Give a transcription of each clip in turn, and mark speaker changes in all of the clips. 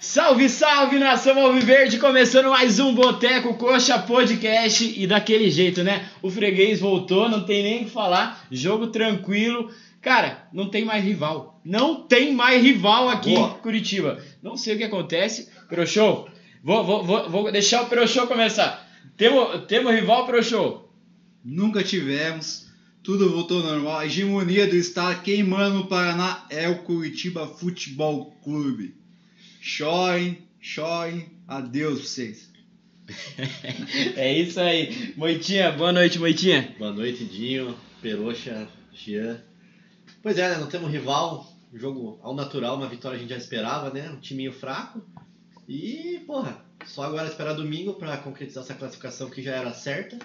Speaker 1: Salve, salve, nação Alviverde! Começando mais um Boteco Coxa Podcast e daquele jeito, né? O freguês voltou, não tem nem o que falar, jogo tranquilo. Cara, não tem mais rival. Não tem mais rival aqui
Speaker 2: Boa.
Speaker 1: em Curitiba. Não sei o que acontece. Prochou, vou, vou, vou, vou deixar o Prochou começar. Temos, temos rival, Prochou?
Speaker 2: Nunca tivemos. Tudo voltou ao normal. A hegemonia do Estado queimando no Paraná é o Curitiba Futebol Clube. Chorem, chorem. Adeus pra vocês.
Speaker 1: É isso aí. Moitinha, boa noite, Moitinha.
Speaker 3: Boa noite, Dinho, Peroxa, Gian. Pois é, né? Não temos rival. Jogo ao natural, uma vitória a gente já esperava, né? Um timinho fraco. E, porra, só agora esperar domingo pra concretizar essa classificação que já era certa.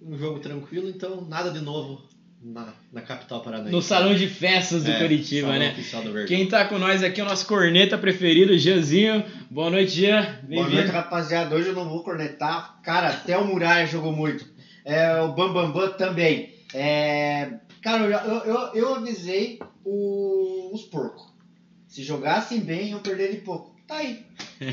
Speaker 3: Um jogo tranquilo, então nada de novo na, na capital paranaense.
Speaker 1: No salão de festas do
Speaker 2: É,
Speaker 1: Curitiba,
Speaker 3: Salão
Speaker 1: né?
Speaker 3: oficial do Verdão.
Speaker 1: Quem tá com nós aqui é o nosso corneta preferido, Jeanzinho. Boa noite, Jean.
Speaker 4: Boa noite,
Speaker 1: Bem-vindo.
Speaker 4: rapaziada. Hoje eu não vou cornetar. Cara, até o Muralha jogou muito. É, o Bambambam também. É, cara, eu, eu, eu- eu avisei o- os porcos. Se jogassem bem, iam perder de pouco. Tá aí.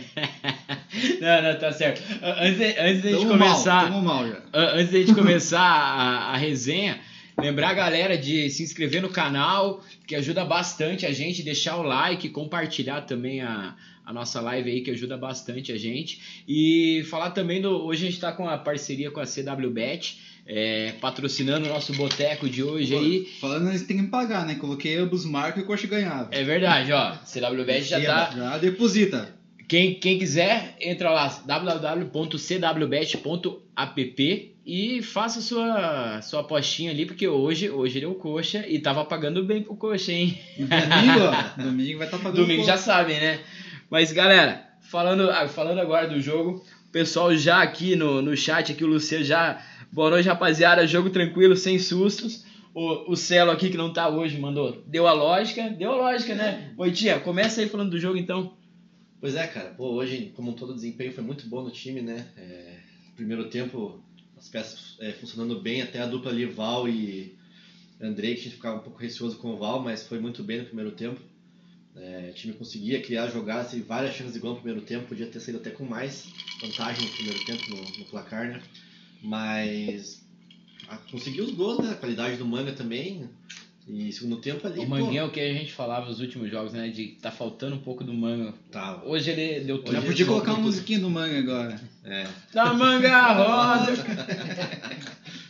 Speaker 1: Não, não, tá certo. Ah, Antes, de- antes da gente
Speaker 2: Tamo
Speaker 1: começar,
Speaker 2: mal, tamo mal já.
Speaker 1: ah, antes da gente começar a, a resenha, lembrar a galera de se inscrever no canal, que ajuda bastante a gente, deixar o like, compartilhar também a, a nossa live aí, que ajuda bastante a gente. E falar também do. Hoje a gente tá com a parceria com a CWBet. é, patrocinando o nosso boteco de hoje aí.
Speaker 2: Falando, eles têm que me pagar, né? Coloquei ambos marcos e o Coxa ganhava.
Speaker 1: É verdade, ó. CWBet já tá.
Speaker 2: Já deposita.
Speaker 1: Quem, quem quiser, entra lá, www.cwbet.app e faça sua, sua apostinha ali, porque hoje, hoje ele é o coxa e tava pagando bem pro coxa, hein?
Speaker 2: E Domingo, ó, domingo vai estar pagando.
Speaker 1: Domingo
Speaker 2: o
Speaker 1: já
Speaker 2: Coxa.
Speaker 1: sabem, né? Mas galera, falando, ah, falando agora do jogo, o pessoal já aqui no, no chat, aqui o Luciano já. Boa noite, rapaziada. Jogo tranquilo, sem sustos. O, o Celo aqui que não tá hoje mandou. Deu a lógica, deu a lógica, né? Oi, tia, começa aí falando do jogo então.
Speaker 3: Pois é, cara. Pô, hoje, como um todo, o desempenho foi muito bom no time, né? É, primeiro tempo, as peças é, funcionando bem, até a dupla ali, Val e Andrei, que a gente ficava um pouco receoso com o Val, mas foi muito bem no primeiro tempo. É, o time conseguia criar jogadas e várias chances de gol no primeiro tempo, podia ter saído até com mais vantagem no primeiro tempo no, no placar, né? Mas ah, conseguiu os gols, né? A qualidade do Manga também. E segundo tempo ali,
Speaker 1: O
Speaker 3: pô,
Speaker 1: Manguinho é o que a gente falava nos últimos jogos, né? De tá faltando um pouco do manga.
Speaker 3: tá,
Speaker 1: Hoje ele deu tudo.
Speaker 2: Já
Speaker 3: Hoje
Speaker 2: podia
Speaker 3: é
Speaker 2: colocar
Speaker 3: só-
Speaker 2: uma musiquinha do manga agora.
Speaker 3: é,
Speaker 1: Da manga rosa!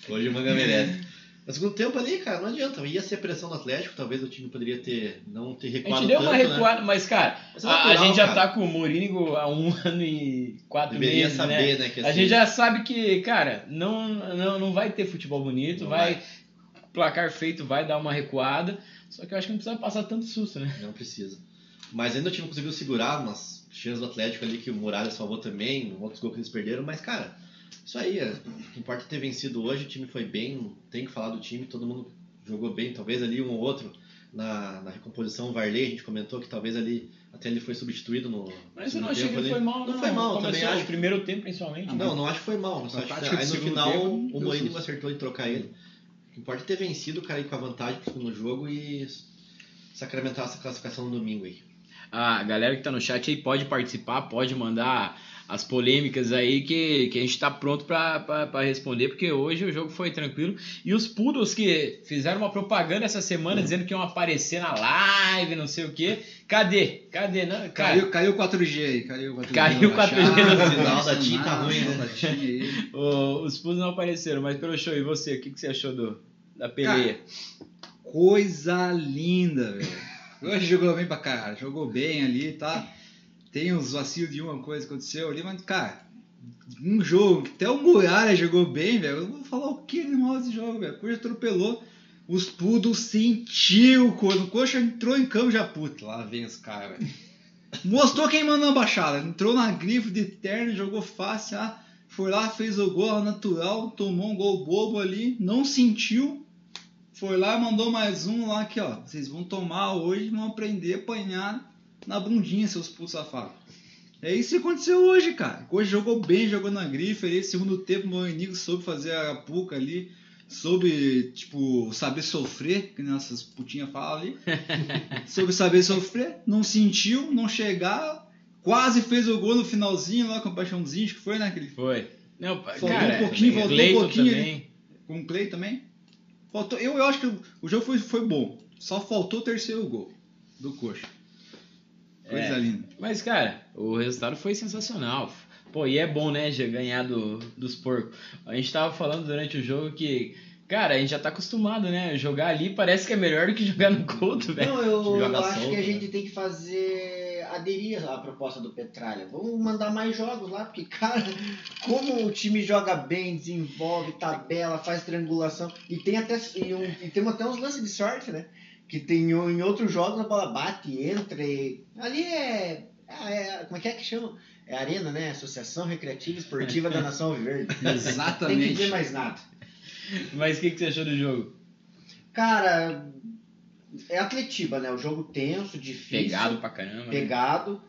Speaker 3: Hoje o Manga merece. No segundo tempo ali, cara, não adianta. Ia ser pressão do Atlético, talvez o time poderia ter não ter
Speaker 1: A gente
Speaker 3: recuado
Speaker 1: deu
Speaker 3: tanto,
Speaker 1: uma
Speaker 3: né?
Speaker 1: recuada, mas, cara,
Speaker 3: Mas é
Speaker 1: a, a
Speaker 3: natural,
Speaker 1: gente já tá
Speaker 3: cara.
Speaker 1: com o Morínigo há um ano e quatro
Speaker 3: Deveria
Speaker 1: meses, né?
Speaker 3: saber, né? que
Speaker 1: A
Speaker 3: assim,
Speaker 1: gente já sabe que, cara, não, não, não vai ter futebol bonito,
Speaker 3: Não
Speaker 1: vai... Placar feito vai dar uma recuada, só que eu acho que não precisa passar tanto susto, né?
Speaker 3: Não precisa. Mas ainda o time conseguiu segurar umas chances do Atlético ali que o Muralha salvou também, outros gols que eles perderam, mas, cara, isso aí, é, o que importa é ter vencido hoje, o time foi bem, não tem que falar do time, todo mundo jogou bem, talvez ali um ou outro. Na, na recomposição, o Varley, a gente comentou que talvez ali até ele foi substituído no.
Speaker 1: Mas eu
Speaker 3: no
Speaker 1: não
Speaker 3: segundo
Speaker 1: achei que
Speaker 3: tempo
Speaker 1: ele
Speaker 3: ali.
Speaker 1: foi mal, não.
Speaker 3: foi mal,
Speaker 1: Começou
Speaker 3: também acho.
Speaker 1: o primeiro tempo, principalmente.
Speaker 2: Ah,
Speaker 1: né?
Speaker 3: Não, não acho que foi mal. Só
Speaker 2: A
Speaker 3: acho que,
Speaker 2: tática do
Speaker 3: aí no
Speaker 2: segundo
Speaker 3: final
Speaker 2: tempo,
Speaker 3: o
Speaker 2: deu
Speaker 3: Mourinho
Speaker 2: susto.
Speaker 3: acertou de trocar ele. O que Importa é ter vencido, cara, ir com a vantagem pro segundo jogo e sacramentar essa classificação no domingo aí.
Speaker 1: a galera que tá no chat aí pode participar, pode mandar as polêmicas aí que, que a gente tá pronto pra- pra pra responder, porque hoje o jogo foi tranquilo. E os poodles que fizeram uma propaganda essa semana dizendo que iam aparecer na live, não sei o quê. Cadê? Cadê? Não, cara,
Speaker 2: Caiu, caiu o 4G aí, caiu o 4G.
Speaker 1: Caiu o 4G no
Speaker 3: sinal da TIM, tá ruim, né?
Speaker 2: Da TIM aí.
Speaker 1: o- os poodles não apareceram, mas pelo show, e você? O que, que você achou do, da peleia?
Speaker 2: Coisa linda, velho. Hoje jogou bem pra caralho, jogou bem ali, tá? Tem uns vacilos de uma coisa que aconteceu ali, mas, cara, um jogo que até o Muralha jogou bem, velho. Eu vou falar o que de mal desse jogo, velho. Coxa atropelou, os pudos sentiu quando o Coxa entrou em campo já, puta, lá vem os caras, velho. Mostrou quem mandou a baixada, entrou na grife de terno, jogou fácil, ah, foi lá, fez o gol natural, tomou um gol bobo ali, não sentiu, foi lá, mandou mais um lá aqui, ó. Vocês vão tomar hoje e vão aprender a apanhar na bundinha, seus putos safados. É isso que aconteceu hoje, cara. Hoje jogou bem, jogou na grife ali. Segundo tempo, o Mourinho soube fazer a puca ali. Soube, tipo, saber sofrer, que nossas putinhas falam ali. soube saber sofrer, não sentiu, não chegar. Quase fez o gol no finalzinho lá com o Paixãozinho, acho que foi, né? Que ele
Speaker 1: Foi. Não,
Speaker 2: Faltou
Speaker 1: cara,
Speaker 2: um pouquinho,
Speaker 1: também,
Speaker 2: faltou um
Speaker 1: Leiton
Speaker 2: pouquinho
Speaker 1: também.
Speaker 2: Com o Clay também? Faltou, eu, eu acho que o jogo foi, foi bom. Só faltou o terceiro gol do Coxa.
Speaker 1: É,
Speaker 2: Coisa linda.
Speaker 1: Mas, cara, o resultado foi sensacional. Pô, e é bom, né, já ganhar do, dos porcos. A gente tava falando durante o jogo que, cara, a gente já tá acostumado, né? Jogar ali parece que é melhor do que jogar no Couto, velho.
Speaker 4: Não, eu, eu
Speaker 3: Joga
Speaker 4: acho
Speaker 3: solto,
Speaker 4: que a
Speaker 3: né?
Speaker 4: gente tem que fazer. aderir à proposta do Petralha. Vamos mandar mais jogos lá, porque, cara, como o time joga bem, desenvolve, tabela, faz triangulação. E tem até, e um, e tem até uns lances de sorte, né? Que tem um- em outros jogos a bola bate, entra e. Ali é. é- como é que é que chama? É Arena, né? Associação Recreativa e Esportiva da Nação Verde. Tem que dizer
Speaker 2: Exatamente.
Speaker 4: mais nada.
Speaker 1: Mas o que, que você achou do jogo?
Speaker 4: Cara, é Atletiba, né? O jogo tenso, difícil.
Speaker 1: Pegado pra caramba. né?
Speaker 4: pegado.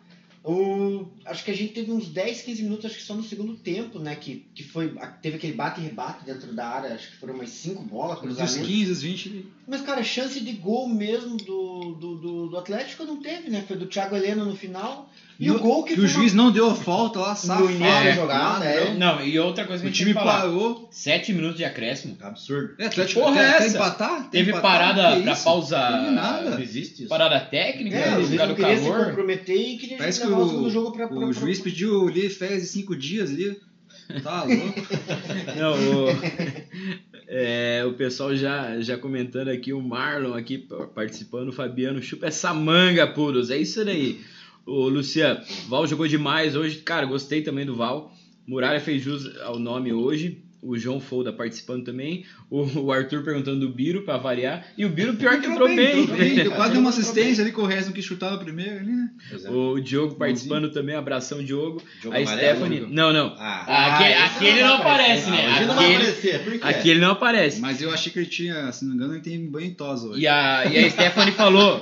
Speaker 4: O, acho que a gente teve uns 10, 15 minutos, acho que só no segundo tempo, né? Que, que foi, teve aquele bate e rebate dentro da área, acho que foram umas 5 bolas,
Speaker 2: Dos
Speaker 4: cruzamento.
Speaker 2: 15, os 20.
Speaker 4: Mas, cara, chance de gol mesmo do, do, do, do Atlético não teve, né? Foi do Thiago Helena no final. E
Speaker 2: No-
Speaker 4: o gol que,
Speaker 2: Que
Speaker 4: foi
Speaker 2: o
Speaker 4: uma-
Speaker 2: juiz não deu a falta lá, safado.
Speaker 4: início da
Speaker 2: é,
Speaker 4: jogada,
Speaker 2: ladrão.
Speaker 1: Não, e outra coisa que
Speaker 2: O
Speaker 1: a gente
Speaker 2: time
Speaker 1: time falar.
Speaker 2: parou.
Speaker 1: Sete minutos de acréscimo.
Speaker 3: Absurdo.
Speaker 2: É, Atlético
Speaker 1: porra
Speaker 2: quer-
Speaker 1: é
Speaker 2: quer
Speaker 1: essa?
Speaker 2: empatar? Quer
Speaker 1: Teve
Speaker 2: empatar?
Speaker 1: parada
Speaker 2: Que
Speaker 1: pra
Speaker 2: isso?
Speaker 1: pausa.
Speaker 2: Não teve nada.
Speaker 3: Não existe isso.
Speaker 1: Parada técnica,
Speaker 4: É, o
Speaker 1: por
Speaker 4: juiz
Speaker 1: causa
Speaker 4: não
Speaker 1: do
Speaker 4: queria se
Speaker 1: calor.
Speaker 4: comprometer e queria
Speaker 2: Parece que
Speaker 4: levar o segundo
Speaker 2: o-
Speaker 4: jogo pra, pra,
Speaker 2: O
Speaker 4: pra-
Speaker 2: juiz pediu ali férias de 5 dias ali. Tá louco.
Speaker 1: Não, o, é, o pessoal já, já comentando aqui, o Marlon aqui p- participando, o Fabiano, chupa essa manga, puros. É isso daí. O Luciano, Val jogou demais hoje. Cara, gostei também do Val. Muralha fez jus ao nome hoje. O João Folda participando também. O, o Arthur perguntando do Biro pra variar. E o Biro, pior que entrou bem.
Speaker 2: entrou Deu quase deu uma assistência ali com o Rez não quis chutar no primeiro ali, né?
Speaker 3: Pois é.
Speaker 1: O Diogo participando também, abração Diogo.
Speaker 3: Jogo
Speaker 1: A
Speaker 3: amarelo? é
Speaker 1: Stephanie. Não, não.
Speaker 3: Ah,
Speaker 1: Ah, aquele,
Speaker 4: esse não
Speaker 1: aquele
Speaker 4: vai
Speaker 1: não aparece,
Speaker 4: aparecer.
Speaker 1: né?
Speaker 3: hoje não vai
Speaker 1: Aquele,
Speaker 3: aparecer. Por quê?
Speaker 1: aquele não aparece.
Speaker 2: Mas eu achei que ele tinha, se não me engano, ele tem banho em tosa hoje.
Speaker 1: E a, e a Stephanie falou.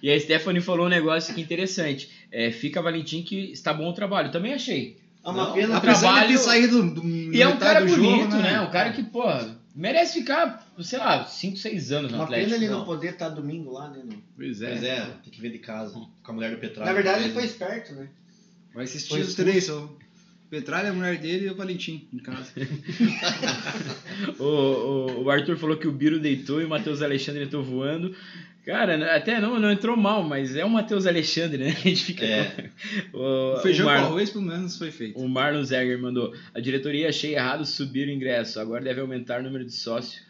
Speaker 1: E a Stephanie falou um negócio que interessante. É, fica Valentim que está bom o trabalho. Também achei.
Speaker 4: É uma
Speaker 3: Não,
Speaker 4: pena
Speaker 1: a
Speaker 4: pra-
Speaker 1: presa-
Speaker 2: Apesar de
Speaker 1: trabalho-
Speaker 2: ter saído do, do
Speaker 1: E é um
Speaker 2: metade
Speaker 1: cara
Speaker 2: do jogo,
Speaker 1: bonito, né? Um cara que, pô, merece ficar, sei lá, 5, 6 anos no
Speaker 4: Uma pena
Speaker 1: Atlético.
Speaker 4: ele não
Speaker 3: não.
Speaker 4: poder estar domingo lá, né? não.
Speaker 1: Pois
Speaker 3: Pois é, tem que vir de casa. Com a mulher do Petralha.
Speaker 4: Na verdade, ele
Speaker 3: Né?
Speaker 4: foi esperto, né?
Speaker 2: Vai assistir
Speaker 4: Foi
Speaker 2: os três, só. Petralha, a mulher dele e o Valentim em casa.
Speaker 1: O, o, o Arthur falou que o Biro deitou e o Matheus Alexandre entrou voando. Cara, até não, não entrou mal, mas é o Matheus Alexandre, né? A gente fica.
Speaker 3: É.
Speaker 1: O,
Speaker 2: O feijão
Speaker 1: o
Speaker 2: com
Speaker 1: Marlon-
Speaker 2: arroz, pelo menos, foi feito.
Speaker 1: O Marlon Zegger mandou. A diretoria achei errado subir o ingresso. Agora deve aumentar o número de sócio.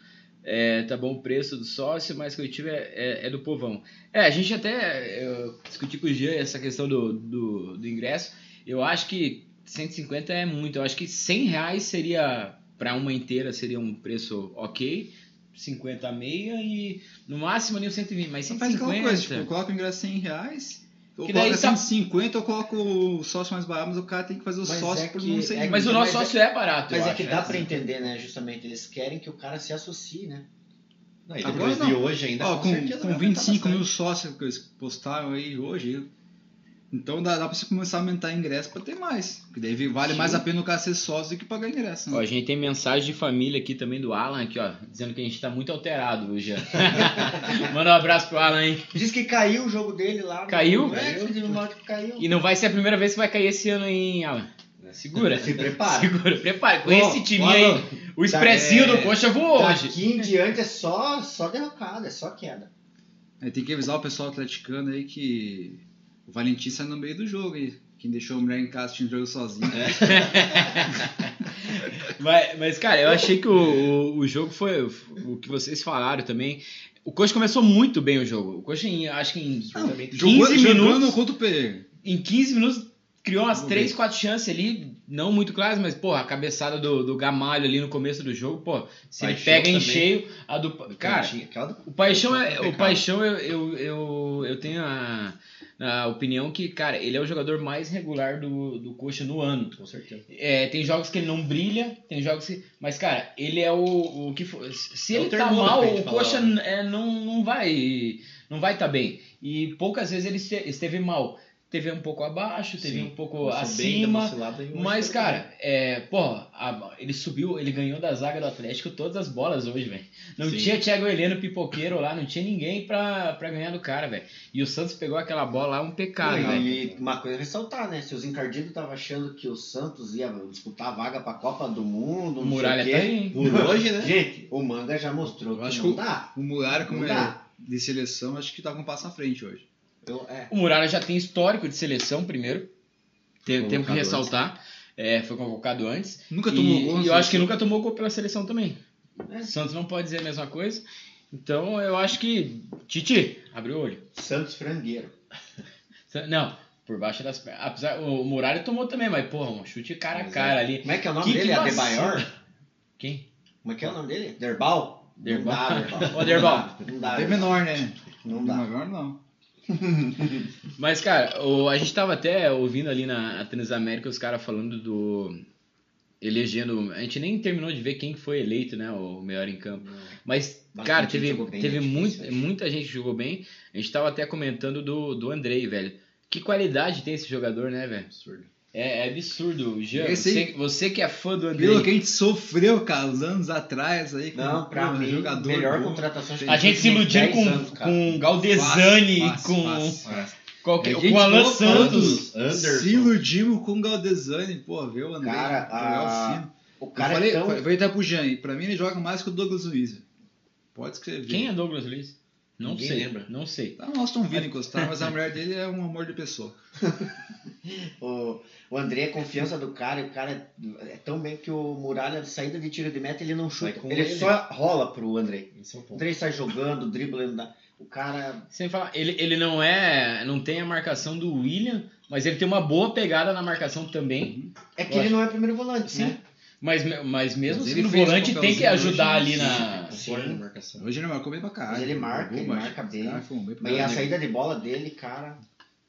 Speaker 1: É, tá bom o preço do sócio, mas coletivo é, é, é do povão. É, a gente até eu discuti com o Jean essa questão do, do, do ingresso. Eu acho que 150 é muito. Eu acho que 100 reais seria, para uma inteira, seria um preço ok. 50 a meia e no máximo um nem o 120, mas
Speaker 2: Você faz
Speaker 1: 150.
Speaker 2: aquela coisa, tipo, eu coloco o ingresso 100 reais, eu
Speaker 1: Que daí
Speaker 2: coloco
Speaker 1: tá-
Speaker 2: 150, eu coloco o sócio mais barato, mas o cara tem que fazer o
Speaker 4: Mas
Speaker 2: sócio
Speaker 4: é
Speaker 2: por
Speaker 4: que-
Speaker 2: não sei.
Speaker 4: é que-
Speaker 1: mas o nosso
Speaker 4: Mas é-
Speaker 1: sócio é barato.
Speaker 4: Mas
Speaker 1: eu
Speaker 4: é que
Speaker 1: acho,
Speaker 4: dá
Speaker 1: né?
Speaker 4: pra entender, né? Justamente, eles querem que o cara se associe, né? Tá
Speaker 3: Não, e
Speaker 2: Agora
Speaker 3: depois
Speaker 2: não.
Speaker 3: de hoje ainda.
Speaker 2: Ó, com,
Speaker 3: certeza vai
Speaker 2: com
Speaker 3: aumentar
Speaker 2: 25 mil
Speaker 3: bastante.
Speaker 2: sócios que eles postaram aí hoje. Então dá, dá pra você começar a aumentar ingresso pra ter mais. Que daí vale
Speaker 1: Sim.
Speaker 2: mais a pena o cara ser sócio do que pagar ingresso. né?
Speaker 1: Ó, a gente tem mensagem de família aqui também do Alan, aqui, ó, dizendo que a gente tá muito alterado hoje. ó. Manda um abraço pro Alan, hein?
Speaker 4: Diz que caiu o jogo dele lá.
Speaker 1: Caiu?
Speaker 4: Não é, que o Náutico caiu.
Speaker 1: E não vai ser a primeira vez que vai cair esse ano, hein, Alan?
Speaker 3: Né,
Speaker 1: Segura.
Speaker 4: Se prepara.
Speaker 1: Segura, prepara. Com
Speaker 2: Ó,
Speaker 1: esse time aí,
Speaker 2: Alan,
Speaker 1: o expressinho
Speaker 2: tá-
Speaker 1: do Coxa voou hoje.
Speaker 4: Daqui em diante é só, só derrocada, é só queda.
Speaker 2: É, tem que avisar o pessoal atleticano aí que o Valentim sai no meio do jogo aí. Quem deixou a mulher em casa tinha jogo sozinho.
Speaker 1: Mas, mas, cara, eu achei que o, o, o jogo foi o que vocês falaram também. O Coxa começou muito bem o jogo. O Coxa, em- acho que em
Speaker 3: Absolutamente.
Speaker 2: Jogou-
Speaker 1: 15 minutos.
Speaker 2: Jogando contra o Pereira.
Speaker 1: em 15 minutos criou umas
Speaker 2: Vamos
Speaker 1: 3, 4 chances ali, não muito claras, mas, porra, a cabeçada do, do Gamalho ali no começo do jogo, pô, se ele
Speaker 3: Paixão
Speaker 1: pega em
Speaker 3: também.
Speaker 1: cheio, a do. Pa- Cara,
Speaker 3: Tinha aquela-
Speaker 1: o Paixão é. O
Speaker 3: Paixão impecável.
Speaker 1: Paixão, eu, eu, eu, eu tenho a, a opinião que, cara, ele é o jogador mais regular do, do Coxa no ano.
Speaker 3: Com certeza.
Speaker 1: É, tem jogos que ele não brilha, tem jogos que. Mas, cara, ele é o, o que for. Se
Speaker 3: É o
Speaker 1: ele tá
Speaker 3: termômetro
Speaker 1: mal,
Speaker 3: que a gente
Speaker 1: o
Speaker 3: fala,
Speaker 1: Coxa
Speaker 3: né?
Speaker 1: é, não, não vai. Não vai tá bem. E poucas vezes ele este- esteve mal. teve um pouco abaixo, teve
Speaker 3: Sim.
Speaker 1: um pouco
Speaker 3: Começou bem, deu
Speaker 1: acima.
Speaker 3: uma
Speaker 2: um
Speaker 3: oscilada e hoje
Speaker 1: Mas,
Speaker 3: tá-
Speaker 1: cara, é, porra, a- ele subiu, ele ganhou da zaga do Atlético todas as bolas hoje, velho. Não
Speaker 3: Sim.
Speaker 1: tinha Thiago Heleno pipoqueiro lá, não tinha ninguém pra, pra ganhar do cara, velho. E o Santos pegou aquela bola lá, um pecado,
Speaker 4: Não,
Speaker 1: velho.
Speaker 4: e uma coisa é ressaltar, né? Se os encardidos estavam achando que o Santos ia disputar a vaga pra Copa do Mundo,
Speaker 1: O
Speaker 4: não
Speaker 1: Muralha
Speaker 4: sei
Speaker 1: tá
Speaker 4: o quê.
Speaker 1: aí.
Speaker 3: Por hoje, né?
Speaker 4: Gente, o Manga já mostrou
Speaker 2: Eu
Speaker 4: que
Speaker 2: acho
Speaker 4: não
Speaker 2: que
Speaker 4: dá.
Speaker 2: O Muralha, como
Speaker 4: Não
Speaker 2: é
Speaker 4: dá.
Speaker 2: de seleção, acho que tá com um passo à frente hoje.
Speaker 4: Eu- é.
Speaker 1: O Muralha já tem histórico de seleção, primeiro. Tem, temos que
Speaker 3: Convocado
Speaker 1: ressaltar. É, foi convocado antes.
Speaker 2: Nunca
Speaker 1: e,
Speaker 2: tomou gol. né, na
Speaker 1: e eu acho que
Speaker 2: seleção.
Speaker 1: nunca tomou gol pela seleção também.
Speaker 4: É.
Speaker 1: O Santos não pode dizer a mesma coisa. Então eu acho que. Titi, abriu o olho.
Speaker 4: Santos frangueiro.
Speaker 1: Sa- Não, por baixo das pernas. Apesar, o Muralha tomou também, mas porra, um chute cara a
Speaker 3: Mas
Speaker 1: cara ali.
Speaker 4: Como é que é o nome
Speaker 1: Que- que
Speaker 4: dele?
Speaker 1: vacilo.
Speaker 4: Adebayor?
Speaker 1: Quem?
Speaker 4: Como é que é o nome dele? Derbal?
Speaker 1: Derbal.
Speaker 4: Não dá, Derbal.
Speaker 1: Ô, Derbal.
Speaker 4: Não dá.
Speaker 2: Até
Speaker 4: Derbal.
Speaker 2: menor, né?
Speaker 4: Não dá.
Speaker 2: Menor não.
Speaker 1: Mas, cara, o- a gente tava até ouvindo ali na Transamérica os caras falando do. Elegendo. A gente nem terminou de ver quem foi eleito, né? O melhor em campo. Mas,
Speaker 4: Bastante
Speaker 1: cara,
Speaker 4: gente
Speaker 1: teve,
Speaker 4: jogou bem,
Speaker 1: teve
Speaker 4: né?
Speaker 1: muito,
Speaker 4: Difícil, né?
Speaker 1: muita gente que jogou bem. A gente tava até comentando do, do Andrei, velho. Que qualidade tem esse jogador, né, velho?
Speaker 3: Absurdo.
Speaker 1: É, é absurdo. Jean,
Speaker 2: Esse-
Speaker 1: você, você que é fã do Andrei.
Speaker 2: Pelo que a gente sofreu, cara, uns anos atrás aí. com-
Speaker 4: Não, pra
Speaker 2: com
Speaker 4: mim,
Speaker 2: jogador
Speaker 4: melhor
Speaker 2: bom.
Speaker 4: contratação de
Speaker 1: A gente se iludindo
Speaker 4: 10
Speaker 1: com, um
Speaker 4: anos, cara.
Speaker 1: com Galdesani,
Speaker 2: Fácil, fácil,
Speaker 1: com,
Speaker 2: fácil, fácil.
Speaker 1: qualquer-
Speaker 2: É gente
Speaker 1: com Alan
Speaker 2: boa,
Speaker 1: Santos.
Speaker 3: Santos, Anderson.
Speaker 2: Se iludimos com o Galdesani, pô, vê o André.
Speaker 4: Cara,
Speaker 2: Gabriel
Speaker 4: a-
Speaker 2: Fino.
Speaker 4: O
Speaker 2: Eu
Speaker 4: cara
Speaker 2: falei,
Speaker 4: é tão...
Speaker 2: falei até pro Jean, e pra mim ele joga mais que o Douglas Luiz. Pode escrever.
Speaker 1: Quem é Douglas Luiz? Não
Speaker 3: Ninguém
Speaker 1: sei.
Speaker 3: lembra.
Speaker 1: Não sei.
Speaker 2: Tá no Aston Villa encostado, mas a mulher dele é um amor de pessoa.
Speaker 4: O, o André, a confiança do cara, e o cara é tão bem que o Muralha, saída de tiro de meta, ele não chuta.
Speaker 3: Vai com
Speaker 4: Ele,
Speaker 3: ele.
Speaker 4: só rola pro André.
Speaker 3: Esse é um
Speaker 4: O
Speaker 3: ponto.
Speaker 4: André sai jogando, driblando. dá- O cara.
Speaker 1: Sem falar, ele, ele não é. Não tem a marcação do William, mas ele tem uma boa pegada na marcação também.
Speaker 4: É que
Speaker 1: Eu
Speaker 4: ele não é primeiro volante,
Speaker 1: Sim.
Speaker 4: né?
Speaker 1: Mas, me- mas mesmo
Speaker 2: Mas
Speaker 1: sendo
Speaker 2: ele
Speaker 1: no
Speaker 2: fez
Speaker 1: volante, tem que
Speaker 2: papelzinho
Speaker 1: ajudar
Speaker 2: hoje,
Speaker 1: ali
Speaker 2: né?
Speaker 1: na.
Speaker 3: Concorda
Speaker 4: Sim.
Speaker 3: na marcação.
Speaker 2: Hoje ele marcou bem pra caralho.
Speaker 4: Mas ele marca,
Speaker 2: Jogou,
Speaker 4: ele
Speaker 2: mas
Speaker 4: marca
Speaker 2: os
Speaker 4: bem.
Speaker 2: caras foram um bem pra
Speaker 4: Mas a
Speaker 2: caralho.
Speaker 4: saída de bola dele, cara.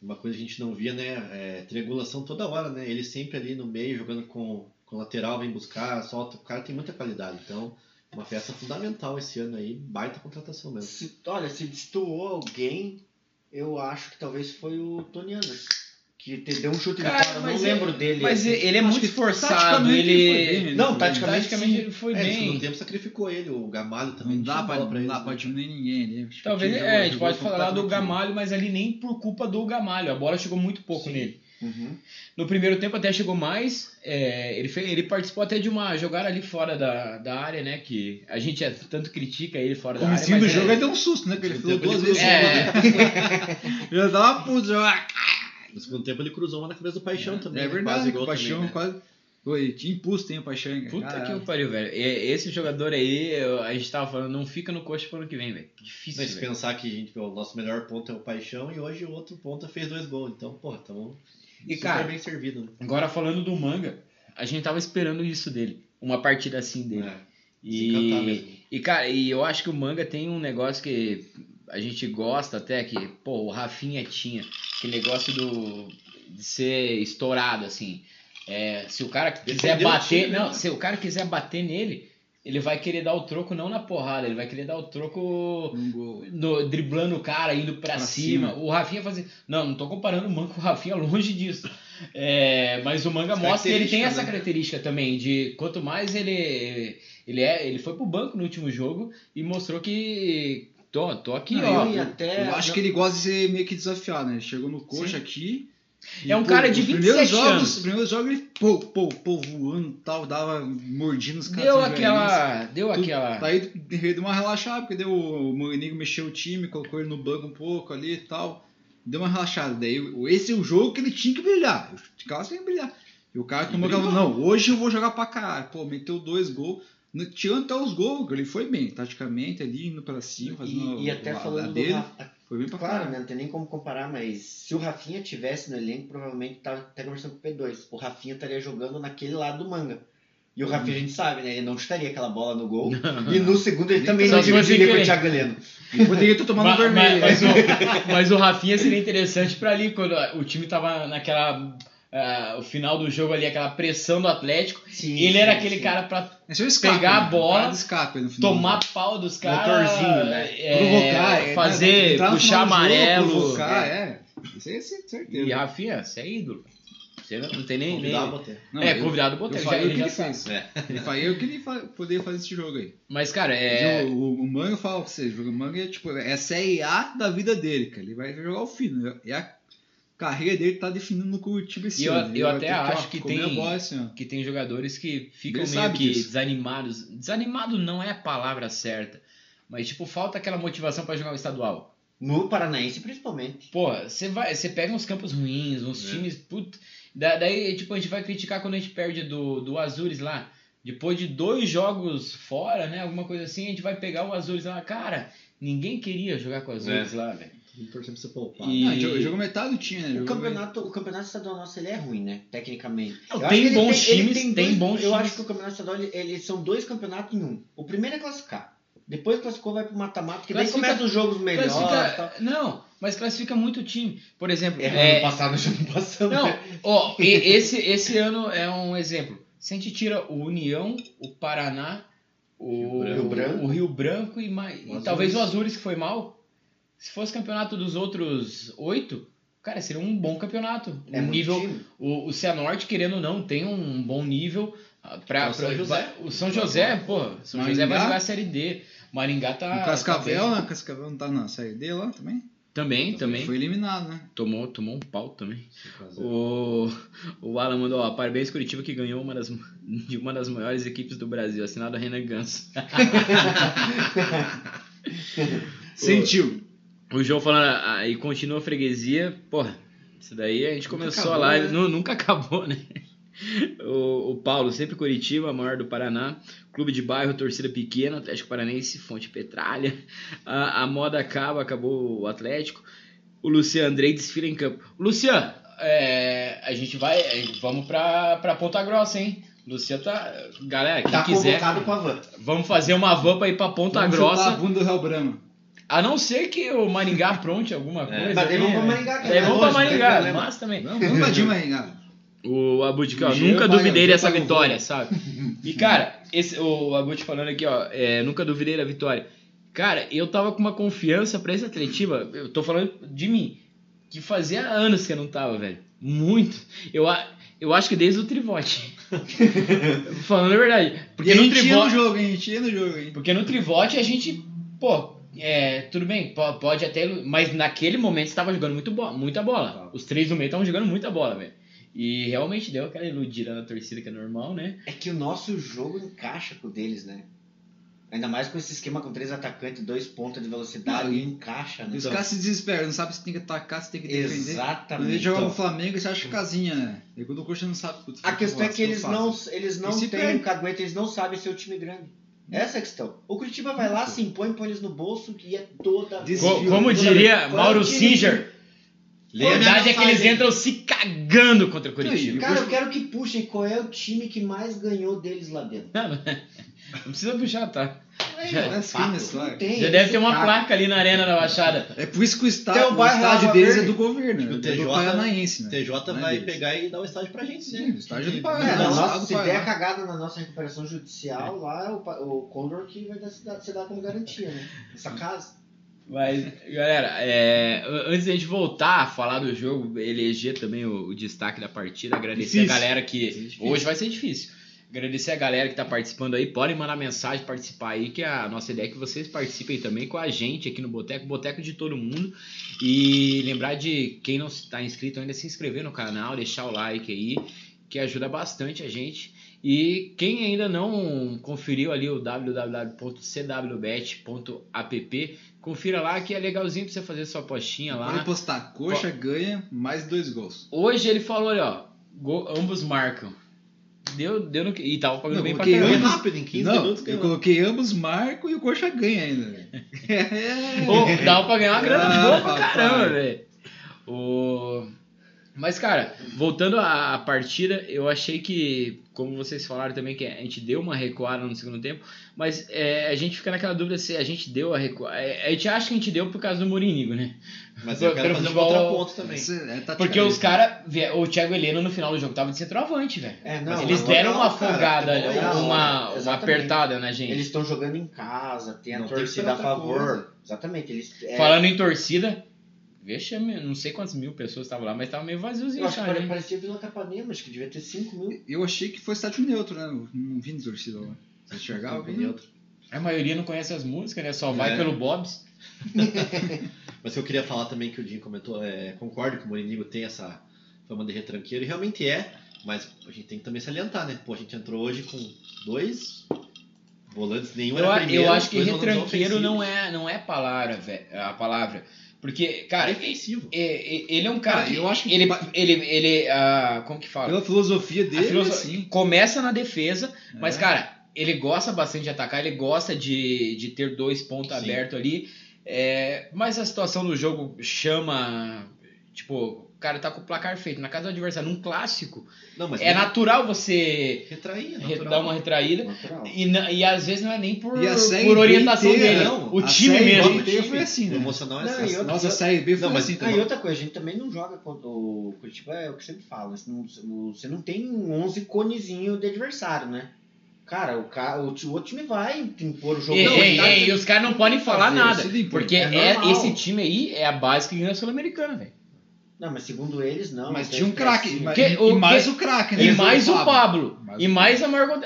Speaker 3: Uma coisa que a gente não via, né? É, triangulação toda hora, né? Ele sempre ali no meio, jogando com, com lateral, vem buscar, solta. O cara tem muita qualidade. Então, uma peça fundamental esse ano aí. Baita contratação mesmo.
Speaker 4: Se, olha, se destoou alguém, eu acho que talvez foi o Tony Anderson. Que te deu um chute
Speaker 1: Cara,
Speaker 4: de fora, eu não
Speaker 1: mas
Speaker 4: lembro
Speaker 1: ele-
Speaker 4: dele.
Speaker 1: Mas
Speaker 4: assim.
Speaker 1: ele ele é
Speaker 2: Acho
Speaker 1: muito
Speaker 2: que
Speaker 1: esforçado,
Speaker 2: taticamente ele foi
Speaker 1: ele.
Speaker 2: bem, né?
Speaker 4: Não, taticamente,
Speaker 1: Taticamente
Speaker 4: sim.
Speaker 1: ele foi
Speaker 3: É, no segundo
Speaker 1: bem.
Speaker 3: tempo sacrificou ele. O Gamalho também
Speaker 2: Não dá
Speaker 3: tinha
Speaker 2: pra,
Speaker 3: bola
Speaker 2: não dá
Speaker 3: eles,
Speaker 2: pra
Speaker 3: né?
Speaker 2: diminuir ninguém ali. Acho que
Speaker 1: Talvez,
Speaker 2: o time
Speaker 1: é, a
Speaker 2: jogou-
Speaker 1: gente pode
Speaker 2: jogou
Speaker 1: falar lá do
Speaker 2: completamente.
Speaker 1: Gamalho, mas ali nem por culpa do Gamalho. A bola chegou muito pouco
Speaker 3: Sim.
Speaker 1: nele.
Speaker 4: Uhum.
Speaker 1: No primeiro tempo até chegou mais. é, ele, fez- ele participou até de uma jogada ali fora da, da área, né? Que a gente é- tanto critica ele fora
Speaker 2: O
Speaker 1: da área.
Speaker 2: comecinho do
Speaker 1: mas
Speaker 2: jogo
Speaker 1: é,
Speaker 2: ele deu um susto, né? Porque ele
Speaker 3: No
Speaker 2: falou
Speaker 3: tempo
Speaker 2: duas
Speaker 3: ele
Speaker 2: vezes.
Speaker 1: é,
Speaker 3: né?
Speaker 2: Já tava puto, já.
Speaker 3: No segundo tempo ele cruzou uma na cabeça do Paixão também.
Speaker 2: É
Speaker 3: né?
Speaker 2: verdade,
Speaker 3: Quase
Speaker 2: o
Speaker 3: gol
Speaker 2: Paixão
Speaker 3: também, né?
Speaker 2: quase. Oi, tinha impulso, tem o Paixão, cara.
Speaker 1: Puta
Speaker 2: Caralho.
Speaker 1: que eu pariu, velho. E- Esse jogador aí, eu- a gente tava falando, não fica no coxa pro ano que vem, velho. Difícil,
Speaker 3: Mas se
Speaker 1: velho.
Speaker 3: pensar que a gente, o nosso melhor ponto é o Paixão e hoje o outro ponta fez dois gols. Então, porra, tamo
Speaker 1: E,
Speaker 3: super
Speaker 1: cara,
Speaker 3: bem servido. Né?
Speaker 1: Agora falando do manga, a gente tava esperando isso dele. Uma partida assim dele.
Speaker 3: É, se encantar
Speaker 1: e,
Speaker 3: mesmo.
Speaker 1: e, cara, e eu acho que o manga tem um negócio que a gente gosta até, que, pô, o Rafinha tinha. Que negócio do, de ser estourado, assim. É, se o cara quiser
Speaker 3: Defender o
Speaker 1: bater.
Speaker 3: time, né,
Speaker 1: não,
Speaker 3: mano?
Speaker 1: se o cara quiser bater nele, ele vai querer dar o troco não na porrada, ele vai querer dar o troco
Speaker 2: Um gol.
Speaker 1: no- driblando o cara, indo pra,
Speaker 2: Pra
Speaker 1: cima. O Rafinha fazia. Não, não tô comparando o Manga com o Rafinha, longe disso. É, mas o Manga
Speaker 2: As
Speaker 1: mostra que ele tem
Speaker 2: características,
Speaker 1: essa
Speaker 2: né?
Speaker 1: característica também, de quanto mais ele ele é, ele foi pro banco no último jogo e mostrou que tô, tô aqui,
Speaker 2: Não,
Speaker 1: ó.
Speaker 4: eu ia até.
Speaker 2: Eu acho que ele gosta de ser meio que desafiado, né? Ele chegou no coxa aqui.
Speaker 1: É um cara de
Speaker 2: os primeiros
Speaker 1: 27
Speaker 2: jogos,
Speaker 1: anos.
Speaker 2: Os primeiros jogos ele, pô, pô, pô, voando e tal, dava mordindo os caras.
Speaker 1: Deu
Speaker 2: assim, velhinhos.
Speaker 1: aquela, deu
Speaker 2: Tudo- tá
Speaker 1: aquela.
Speaker 2: Daí deu uma relaxada, porque deu, o Mourinho mexeu o time, colocou ele no banco um pouco ali e tal. Deu uma relaxada. Daí o- esse é o jogo que ele tinha que brilhar. O cara tem que brilhar. E o cara tomou aquela. Não, hoje eu vou jogar pra caralho. Pô, meteu dois gols. No- Tirando até os gols, ele foi bem, taticamente ali, indo pra cima, fazendo
Speaker 4: E, e até
Speaker 2: a- a
Speaker 4: falando do
Speaker 2: dele.
Speaker 4: Rafa,
Speaker 2: Foi bem pra
Speaker 4: Claro,
Speaker 2: caralho.
Speaker 4: né? Não tem nem como comparar, mas se o Rafinha tivesse no elenco, provavelmente tava até conversando com o P2. O Rafinha estaria jogando naquele lado do manga. E o Rafinha, a gente sabe, né? Ele não chutaria aquela bola no gol. E no segundo ele também
Speaker 1: Só
Speaker 4: não
Speaker 1: se fosse
Speaker 4: dividiria com o
Speaker 1: querer.
Speaker 4: Thiago Heleno.
Speaker 2: E Poderia ter tomado
Speaker 1: Ma- ma-
Speaker 2: vermelho.
Speaker 1: Mas,
Speaker 2: né?
Speaker 1: o, mas o Rafinha seria interessante pra ali, quando o time tava naquela. ah, o final do jogo ali, aquela pressão do Atlético.
Speaker 4: Sim,
Speaker 1: Ele era
Speaker 4: sim,
Speaker 1: aquele
Speaker 4: sim.
Speaker 1: cara pra
Speaker 2: Esse é o escape,
Speaker 1: pegar a
Speaker 2: né?
Speaker 1: bola,
Speaker 2: O cara do escape no final.
Speaker 1: tomar pau dos caras.
Speaker 4: Motorzinho, né?
Speaker 1: é,
Speaker 2: provocar, é,
Speaker 1: fazer,
Speaker 2: entrar no
Speaker 1: puxar
Speaker 2: final do jogo,
Speaker 1: amarelo.
Speaker 2: provocar, é. Isso aí é cer- certeza.
Speaker 1: E Rafinha, você é ídolo. Você não não tem nem. nem...
Speaker 3: Convidar até.
Speaker 2: Não,
Speaker 1: é,
Speaker 2: eu-
Speaker 1: convidado
Speaker 2: Eu
Speaker 1: Botelho. já-
Speaker 2: falei o
Speaker 1: ele
Speaker 2: que
Speaker 1: já
Speaker 2: ele
Speaker 1: sabe.
Speaker 2: fez. Ele falou, eu que ele fa- poderia fazer esse jogo aí.
Speaker 1: Mas, cara, é.
Speaker 2: O, o, o Manga, eu falo pra vocês, o Manga é tipo, é a Série A da vida dele, cara. Ele vai jogar o fino. É a carreira dele tá definindo no Curitiba esse
Speaker 1: E eu-
Speaker 2: ano. Ele
Speaker 1: eu
Speaker 2: vai
Speaker 1: até
Speaker 2: ter ó,
Speaker 1: acho que
Speaker 2: comer
Speaker 1: tem-
Speaker 2: a bola assim, esse ano.
Speaker 1: que tem jogadores que ficam
Speaker 2: Ele
Speaker 1: meio
Speaker 2: sabe
Speaker 1: que
Speaker 2: disso.
Speaker 1: desanimados. Desanimado não é a palavra certa, mas tipo falta aquela motivação pra jogar o estadual.
Speaker 4: No Paranaense, principalmente.
Speaker 1: Pô, você vai, você pega uns campos ruins, uns
Speaker 2: É.
Speaker 1: times put... da- daí tipo a gente vai criticar quando a gente perde do do Azures lá. Depois de dois jogos fora, né, alguma coisa assim, a gente vai pegar o Azures lá, cara. Ninguém queria jogar com o Azures lá, velho.
Speaker 3: Vamos torcer pra ser poupado.
Speaker 1: E-
Speaker 2: Não, jogou, jogou metade do time, né?
Speaker 4: O
Speaker 2: Jogou-
Speaker 4: campeonato, o campeonato estadual nosso ele é ruim, né? Tecnicamente.
Speaker 1: Não,
Speaker 4: Eu acho
Speaker 1: tem
Speaker 4: que ele
Speaker 1: bons
Speaker 4: ele
Speaker 1: times, tem
Speaker 4: dois-
Speaker 1: bons
Speaker 4: Eu
Speaker 1: times.
Speaker 4: acho que o campeonato estadual ele, ele são dois campeonatos em um. O primeiro é classificar. Depois que classificou vai pro mata-mata, que daí
Speaker 1: Classifica-
Speaker 4: começa os jogos melhores. e tal.
Speaker 1: Classifica, não, mas classifica muito time. Por exemplo,
Speaker 4: É,
Speaker 1: é,
Speaker 4: ano passado nós não passamos.
Speaker 1: Não,
Speaker 4: né?
Speaker 1: ó, e- esse, esse ano é um exemplo. Se a gente tira o União, o Paraná, o
Speaker 3: Rio
Speaker 4: Branco.
Speaker 1: o Rio Branco e, mais,
Speaker 3: O
Speaker 1: e
Speaker 3: Azures.
Speaker 1: talvez o Azures que foi mal, se fosse campeonato dos outros oito, cara, seria um bom campeonato.
Speaker 4: É
Speaker 1: um
Speaker 4: muito
Speaker 1: nível,
Speaker 4: time.
Speaker 1: o, o Cianorte, querendo ou não, tem um bom nível. ah, Pra,
Speaker 3: É o São
Speaker 1: pra-
Speaker 3: José.
Speaker 1: O São José, porra, o São José vai
Speaker 2: Maringá?
Speaker 1: jogar a Série D. Maringá tá.
Speaker 2: o
Speaker 1: tá
Speaker 2: Cascavel,
Speaker 1: bem.
Speaker 2: né? O Cascavel não tá na Série D lá também?
Speaker 1: também, também.
Speaker 2: Foi eliminado, né?
Speaker 1: Tomou, tomou um pau também.
Speaker 3: Cinco a zero.
Speaker 1: O, o Alan mandou, ó, parabéns Curitiba que ganhou uma das, de uma das maiores equipes do Brasil, assinado Renan Gans.
Speaker 2: Sentiu.
Speaker 1: O João falando, ah, e continua a freguesia, porra, isso daí a gente começou
Speaker 3: acabou,
Speaker 1: a live,
Speaker 3: né?
Speaker 1: nu- nunca acabou, né? O, o Paulo, sempre Curitiba, maior do Paraná, clube de bairro, torcida pequena, Atlético Paranense, Fonte Petralha, a, a moda acaba, acabou o Atlético, o Lucian Andrei desfila em campo. Lucian, é, a gente vai, é, vamos pra, pra Ponta Grossa, hein? Lucian tá, galera, quem
Speaker 4: Tá
Speaker 1: quiser,
Speaker 4: convocado pra van.
Speaker 1: vamos fazer uma van pra ir pra Ponta
Speaker 2: Vamos chutar
Speaker 1: Grossa.
Speaker 2: A bunda do Real Brama.
Speaker 1: A não ser que o Maringá apronte alguma coisa.
Speaker 4: Mas daí
Speaker 1: né?
Speaker 4: vamos pra Maringá. que
Speaker 1: Daí
Speaker 4: é
Speaker 1: vamos pra
Speaker 4: longe, né?
Speaker 1: Maringá,
Speaker 4: Não é
Speaker 1: mas também.
Speaker 2: Vamos vamos invadir, Maringá.
Speaker 1: O Abud, ó,
Speaker 2: Gê
Speaker 1: nunca
Speaker 2: paga-
Speaker 1: duvidei
Speaker 2: Gê
Speaker 1: dessa
Speaker 2: paga o voo.
Speaker 1: vitória, sabe? E, cara, esse, o Abud falando aqui, ó, é, nunca duvidei da vitória. Cara, eu tava com uma confiança pra esse Atletiba, eu tô falando de mim, que fazia anos que eu não tava, velho. Muito. Eu, a- eu acho que desde o Trivote. falando a verdade.
Speaker 2: E
Speaker 1: Porque
Speaker 2: a
Speaker 1: no
Speaker 2: gente ia no
Speaker 1: Trivote.
Speaker 2: jogo, hein? A gente ia no jogo, hein?
Speaker 1: Porque no Trivote a gente, pô, é, tudo bem, po- pode até. Mas naquele momento estava jogando muito bo muita bola. Os três do meio estavam jogando muita bola, velho. E realmente deu aquela iludida na torcida, que é normal, né?
Speaker 4: É que o nosso jogo encaixa com o deles, né? Ainda mais com esse esquema com três atacantes, dois pontos de velocidade,
Speaker 2: Não, e-
Speaker 4: encaixa, né?
Speaker 2: E os caras se desesperam, não sabem se tem que atacar, se tem que defender. Quando ele
Speaker 4: Exatamente. então.
Speaker 2: joga no Flamengo, você acha casinha, né? E quando o Coxa não sabe... putz,
Speaker 4: A questão é
Speaker 2: nossa,
Speaker 4: que eles
Speaker 2: eu faço.
Speaker 4: não, eles não
Speaker 2: E se
Speaker 4: têm
Speaker 2: perde?
Speaker 4: um cagueta, eles não sabem ser o time grande. Essa é a questão. O Curitiba vai lá, se impõe, põe eles no bolso e é toda.
Speaker 2: Desvio.
Speaker 1: Co-
Speaker 2: Desvio.
Speaker 1: como
Speaker 4: toda-
Speaker 1: diria
Speaker 4: Qual é o
Speaker 1: Mauro
Speaker 4: time
Speaker 1: Singer, a
Speaker 4: Qual é a
Speaker 1: verdade é que eles
Speaker 4: mensagem?
Speaker 1: entram se cagando contra o
Speaker 4: que-
Speaker 1: Curitiba.
Speaker 4: Cara, eu quero que puxem qual é o time que mais ganhou deles lá dentro.
Speaker 1: Não, não precisa puxar, tá?
Speaker 4: Aí,
Speaker 1: Já-
Speaker 4: ó,
Speaker 2: é
Speaker 4: fato,
Speaker 2: isso,
Speaker 4: não
Speaker 2: vai.
Speaker 4: tem,
Speaker 1: Já
Speaker 4: eles
Speaker 1: deve ter uma
Speaker 4: cagam.
Speaker 1: placa ali na Arena da Baixada.
Speaker 2: É por isso que o estádio,
Speaker 4: Tem um bairro
Speaker 2: o estádio
Speaker 4: Lava
Speaker 2: deles
Speaker 4: Verde.
Speaker 2: é do governo,
Speaker 3: O
Speaker 2: né?
Speaker 3: TJ
Speaker 2: do paranaense, né?
Speaker 3: TJ
Speaker 2: Não é
Speaker 3: vai
Speaker 2: deles.
Speaker 3: pegar e dar o estágio pra gente,
Speaker 2: Sim,
Speaker 3: né?
Speaker 2: o estádio do
Speaker 4: É,
Speaker 2: Paraná.
Speaker 4: na
Speaker 2: Não,
Speaker 4: nossa-
Speaker 2: do
Speaker 4: se
Speaker 2: Paraná.
Speaker 4: der a cagada na nossa recuperação judicial, lá é o, pa- o Condor que vai dar, se dar, se dar como garantia, né? Essa casa.
Speaker 1: Mas, galera, é, an- antes da gente voltar a falar do jogo, eleger também o, o destaque da partida, agradecer
Speaker 2: Difícil.
Speaker 1: a galera que.
Speaker 2: Vai ser difícil.
Speaker 1: Hoje vai ser difícil. Agradecer a galera que tá participando aí. Podem mandar mensagem, participar aí, que a nossa ideia é que vocês participem também com a gente aqui no Boteco, Boteco de todo mundo. E lembrar de quem não está inscrito ainda se inscrever no canal, deixar o like aí, que ajuda bastante a gente. E quem ainda não conferiu ali o www.cwbet.app, confira lá que é legalzinho pra você fazer sua postinha lá.
Speaker 2: Pode postar, coxa ganha mais dois gols.
Speaker 1: Hoje ele falou ali, ó. go- ambos marcam. Deu, deu no que. E tava pagando
Speaker 2: Não,
Speaker 1: bem pra
Speaker 2: coloquei
Speaker 3: Foi
Speaker 1: caramba.
Speaker 2: ambos.
Speaker 3: é rápido, em 15
Speaker 2: não,
Speaker 3: minutos né?
Speaker 2: eu
Speaker 3: ganhou.
Speaker 2: coloquei ambos marco e o coxa ganha ainda. velho.
Speaker 1: Ô, dava pra ganhar uma grana
Speaker 2: Ah,
Speaker 1: boa pra
Speaker 2: papai.
Speaker 1: caramba, velho. O... Mas, cara, voltando à à partida, eu achei que, como vocês falaram também, que a gente deu uma recuada no segundo tempo, mas é, a gente fica naquela dúvida se a gente deu a recuada. A gente acha que a gente deu por causa do Mourinho, né?
Speaker 3: Mas eu
Speaker 1: Pelo
Speaker 3: quero fazer um
Speaker 1: futebol-
Speaker 3: contraponto também.
Speaker 2: Isso é tática
Speaker 1: Porque os caras. O Thiago Heleno no final do jogo tava de centroavante, velho.
Speaker 4: É, não,
Speaker 1: Mas
Speaker 3: Não,
Speaker 1: eles
Speaker 3: não,
Speaker 1: deram
Speaker 3: não,
Speaker 1: uma
Speaker 3: cara,
Speaker 1: afogada,
Speaker 3: futebol é
Speaker 1: uma,
Speaker 3: isso,
Speaker 1: uma
Speaker 4: exatamente.
Speaker 1: apertada na gente.
Speaker 4: Eles estão jogando em casa, tem a
Speaker 3: Não tem que ser
Speaker 4: torcida a
Speaker 3: outra
Speaker 4: favor.
Speaker 3: coisa.
Speaker 4: Exatamente. Eles, é,
Speaker 1: Falando em torcida, Vexame, não sei quantas mil pessoas estavam lá, mas tava meio vaziozinho né?
Speaker 4: Eu
Speaker 1: o
Speaker 4: acho que
Speaker 1: estádio,
Speaker 4: pare-
Speaker 1: hein?
Speaker 4: parecia Vila Capanema, acho que devia ter 5 mil.
Speaker 2: Eu achei que foi estádio neutro, né? Eu Não vim de torcida lá. Você enxergava?
Speaker 3: Entendeu?
Speaker 2: Vim.
Speaker 1: A maioria não conhece as músicas, né? Só vai
Speaker 3: É.
Speaker 1: pelo Bob's.
Speaker 3: Mas eu queria falar também que o Dinho comentou, é, concordo que o Morinigo tem essa fama de retranqueiro, e realmente é, mas a gente tem que também salientar, né? Pô, a gente entrou hoje com dois volantes, nenhum
Speaker 1: Eu,
Speaker 3: era
Speaker 1: a-
Speaker 3: primeiro,
Speaker 1: eu acho que
Speaker 3: dois volantes
Speaker 1: retranqueiro
Speaker 3: ofensivos.
Speaker 1: não é, não é palavra, velho. A palavra. Porque, cara, é-
Speaker 3: defensivo.
Speaker 1: é- ele é um cara.
Speaker 2: Ah, eu acho que-
Speaker 1: ele, ele, ele, ah, como que fala?
Speaker 2: Pela filosofia
Speaker 1: A
Speaker 2: dele, assim,
Speaker 1: filoso-
Speaker 2: sim.
Speaker 1: Começa na defesa, mas,
Speaker 2: É.
Speaker 1: cara, ele gosta bastante de atacar, ele gosta de, de ter dois pontos
Speaker 3: Sim.
Speaker 1: abertos ali. é, mas a situação do jogo chama. Tipo, o cara tá com o placar feito. Na casa do adversário, num clássico,
Speaker 3: Não, mas
Speaker 1: é natural você
Speaker 3: retrair, é
Speaker 1: re-
Speaker 3: natural.
Speaker 1: dar uma retraída.
Speaker 4: Natural.
Speaker 1: E, na- e às vezes não é nem por,
Speaker 2: E a série
Speaker 1: por orientação
Speaker 2: inteira,
Speaker 1: dele.
Speaker 3: não.
Speaker 1: O
Speaker 2: A
Speaker 1: time
Speaker 2: série
Speaker 1: mesmo.
Speaker 2: inteira. Foi assim, né?
Speaker 3: O emocional é
Speaker 4: Não,
Speaker 3: assim.
Speaker 4: e outra-
Speaker 2: Nossa, a Série B foi
Speaker 3: Não, mas-
Speaker 2: assim
Speaker 4: Ah,
Speaker 2: também.
Speaker 4: e outra coisa, a gente também não joga contra o Curitiba, é o que eu sempre falo, você não, você não tem um 11 conezinho de adversário, né? Cara, o, ca- o, ti- o outro time vai impor o
Speaker 1: E,
Speaker 4: jogo.
Speaker 1: e-
Speaker 4: Não,
Speaker 1: e-
Speaker 4: tá-
Speaker 1: e os caras não podem falar
Speaker 2: fazer,
Speaker 1: nada.
Speaker 2: se limpou.
Speaker 1: Porque
Speaker 4: É
Speaker 1: é-
Speaker 4: normal.
Speaker 1: esse time aí é a base que ganha a Sul-Americana, velho.
Speaker 4: não, mas segundo eles, não. tá
Speaker 2: Mas
Speaker 4: não
Speaker 2: tinha um
Speaker 4: tem
Speaker 2: craque.
Speaker 4: pressão.
Speaker 2: mas-
Speaker 1: é assim, Que-
Speaker 2: E
Speaker 1: o-
Speaker 2: mais
Speaker 1: que-
Speaker 2: o craque, né?
Speaker 1: E mais o Pablo.
Speaker 2: Mais
Speaker 1: E
Speaker 2: o-
Speaker 1: mais a Margot.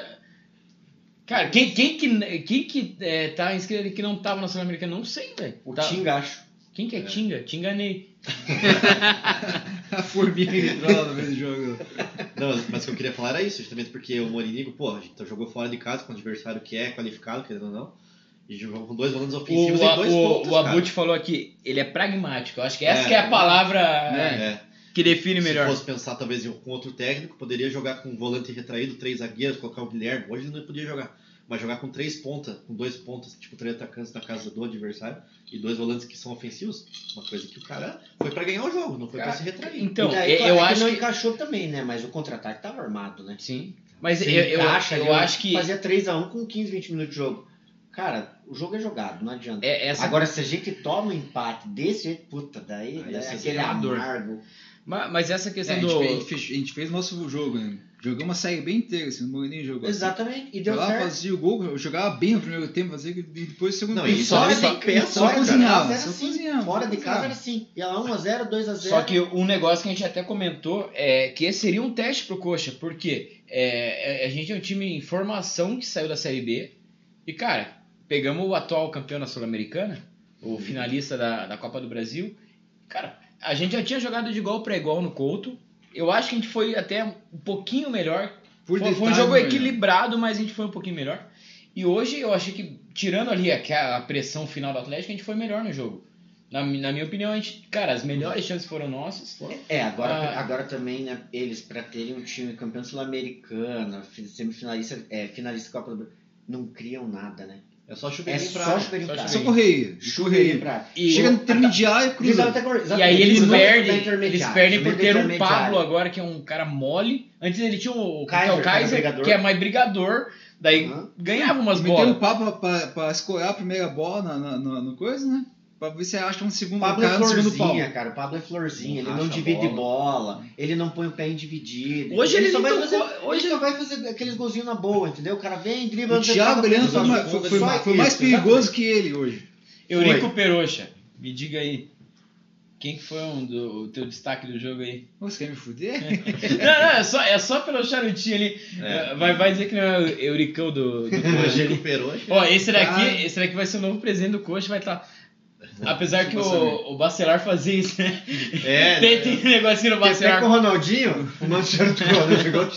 Speaker 1: Cara, quem, quem que, quem que é, tá inscrito que não tava na Sul-Americana? Não sei, velho.
Speaker 4: O
Speaker 1: Tá-
Speaker 4: Tinga, acho.
Speaker 1: Quem que é,
Speaker 3: É.
Speaker 1: Tinga? Te enganei.
Speaker 2: A formiga que entrou lá no meio do jogo.
Speaker 3: Não, mas- mas o que eu queria falar era isso, justamente porque o Morinigo, pô, a gente tá- jogou fora de casa com um adversário que é qualificado, querendo ou não, e jogou com dois volantes
Speaker 1: O,
Speaker 3: ofensivos e
Speaker 1: o,
Speaker 3: dois
Speaker 1: o-
Speaker 3: pontos,
Speaker 1: o
Speaker 3: cara.
Speaker 1: Abut falou aqui, ele é pragmático. Eu acho que essa
Speaker 3: É,
Speaker 1: que é a
Speaker 3: é.
Speaker 1: palavra
Speaker 2: É.
Speaker 3: É,
Speaker 1: que define
Speaker 3: se
Speaker 1: melhor.
Speaker 3: fosse pensar talvez em um- com outro técnico, poderia jogar com um volante retraído, três zagueiros, colocar o Guilherme, hoje ele não podia jogar, mas jogar com três pontas, com dois pontas, tipo três atacantes na casa do adversário, e dois volantes que são ofensivos, uma coisa que o cara foi pra ganhar o jogo, não foi pra
Speaker 1: Cara,
Speaker 3: se retrair.
Speaker 1: Então,
Speaker 4: E daí,
Speaker 1: eu-
Speaker 4: claro,
Speaker 1: eu
Speaker 4: que
Speaker 1: acho
Speaker 4: não
Speaker 1: que...
Speaker 4: encaixou também, né? Mas o contra-ataque tava armado, né?
Speaker 1: Sim. Mas eu,
Speaker 4: Sem
Speaker 1: eu,
Speaker 4: caixa,
Speaker 1: eu
Speaker 4: ele
Speaker 1: acho que
Speaker 4: Fazia 3x1 com 15, 20 minutos de jogo. Cara, o jogo é jogado, não adianta.
Speaker 1: é- essa
Speaker 4: Agora, se a gente toma um empate desse jeito, puta, daí,
Speaker 3: Aí
Speaker 4: daí
Speaker 3: é
Speaker 4: aquele
Speaker 1: desesperador.
Speaker 4: amargo.
Speaker 1: Ma- Mas essa
Speaker 2: É, a,
Speaker 1: questão
Speaker 2: gente
Speaker 1: do.
Speaker 2: fez, a gente fez- a gente fez nosso jogo, né? Jogamos a série bem inteira, assim, o Mourinho jogou. assim.
Speaker 4: Exatamente. E deu
Speaker 2: Jogava,
Speaker 4: certo.
Speaker 2: fazia o gol, eu jogava bem no primeiro tempo, fazia, e depois o segundo
Speaker 3: Não,
Speaker 2: tempo.
Speaker 3: isso
Speaker 2: só,
Speaker 4: Fora
Speaker 3: é só
Speaker 4: de,
Speaker 3: peça,
Speaker 4: fora de
Speaker 2: cozinhava,
Speaker 4: casa era
Speaker 2: só
Speaker 4: assim.
Speaker 2: cozinhava,
Speaker 4: fora de casa
Speaker 2: cozinhava.
Speaker 4: era assim. Ia lá 1x0, 2x0.
Speaker 1: Só que um negócio que a gente até comentou é que esse seria um teste pro Coxa, porque é, é, a gente é um time em formação que saiu da Série B. E, cara, pegamos o atual campeão da Sul-Americana, o finalista da, da Copa do Brasil. Cara, a gente já tinha jogado de igual para igual no Couto. Eu acho que a gente foi até um pouquinho melhor foi,
Speaker 2: Por
Speaker 1: foi um
Speaker 2: detalhe, né,
Speaker 1: jogo
Speaker 2: mano.
Speaker 1: equilibrado, mas a gente foi um pouquinho melhor. E hoje eu achei que, tirando ali a, a pressão final do Atlético, a gente foi melhor no jogo. Na, mi- na minha opinião, a gente, cara, as melhores chances foram nossas.
Speaker 4: É, agora,
Speaker 1: Ah.
Speaker 4: agora também, né, eles, pra terem um time campeão sul-americano, fi- semifinalista, é, finalista da Copa do Brasil, não criam nada, né?
Speaker 3: É só
Speaker 4: É
Speaker 3: chuveirinho pra
Speaker 4: só chuveirinho
Speaker 1: só
Speaker 4: pra
Speaker 2: Só
Speaker 1: chuveirinho.
Speaker 2: correia.
Speaker 4: Chuveirinho
Speaker 2: Correia.
Speaker 4: pra
Speaker 1: E,
Speaker 2: Chega no intermediário e cruza.
Speaker 4: tá
Speaker 1: e aí eles perdem, eles perdem por ter um Pablo
Speaker 4: Pablo
Speaker 1: agora, que é um cara mole. Antes ele tinha o, o Kaiser,
Speaker 4: Kaiser, que era
Speaker 1: Kaiser
Speaker 4: brigador.
Speaker 1: que é mais brigador. Daí
Speaker 4: Aham.
Speaker 1: ganhava umas
Speaker 2: Meteu um
Speaker 1: bolas.
Speaker 2: o papo pra, pra, pra escorar a primeira bola na, na, na- no coisa, né? Pra ver se acha um segundo
Speaker 4: Pablo é
Speaker 2: cara no segundo pau.
Speaker 4: florzinha, cara. Pablo é florzinha.
Speaker 3: Não
Speaker 4: ele não
Speaker 3: racha a
Speaker 4: divide bola. Ele não põe o pé em dividido.
Speaker 1: Hoje ele
Speaker 4: só vai
Speaker 1: não
Speaker 4: fazer,
Speaker 1: tocou- hoje-
Speaker 4: ele só vai fazer aqueles golzinhos na boa, entendeu? O tá cara vem, dribla...
Speaker 2: O Thiago Heleno foi,
Speaker 3: Só
Speaker 2: ma-
Speaker 3: no
Speaker 2: foi,
Speaker 3: fundo,
Speaker 2: foi
Speaker 3: só
Speaker 2: ma- foi mais
Speaker 4: isso,
Speaker 2: perigoso que ele hoje.
Speaker 1: Eurico Peroxa, me diga aí. Quem que foi um do, o teu destaque do jogo aí?
Speaker 2: Você quer me fuder?
Speaker 1: não, não, é só, é só pelo charutinho ali.
Speaker 3: É.
Speaker 1: É, Vai, vai dizer que não é o Euricão do, do Coxa.
Speaker 3: recuperou, acho que-
Speaker 1: Ó, esse
Speaker 2: Ah.
Speaker 1: daqui, esse daqui vai ser o novo presidente do Coxa, vai estar. Apesar que o, o Bacelar fazia isso, né?
Speaker 3: É,
Speaker 1: tem,
Speaker 3: né?
Speaker 1: tem um negocinho no
Speaker 4: Até com o
Speaker 1: Bacelar.
Speaker 4: Ronaldinho, o Manchester chegou...
Speaker 2: Eu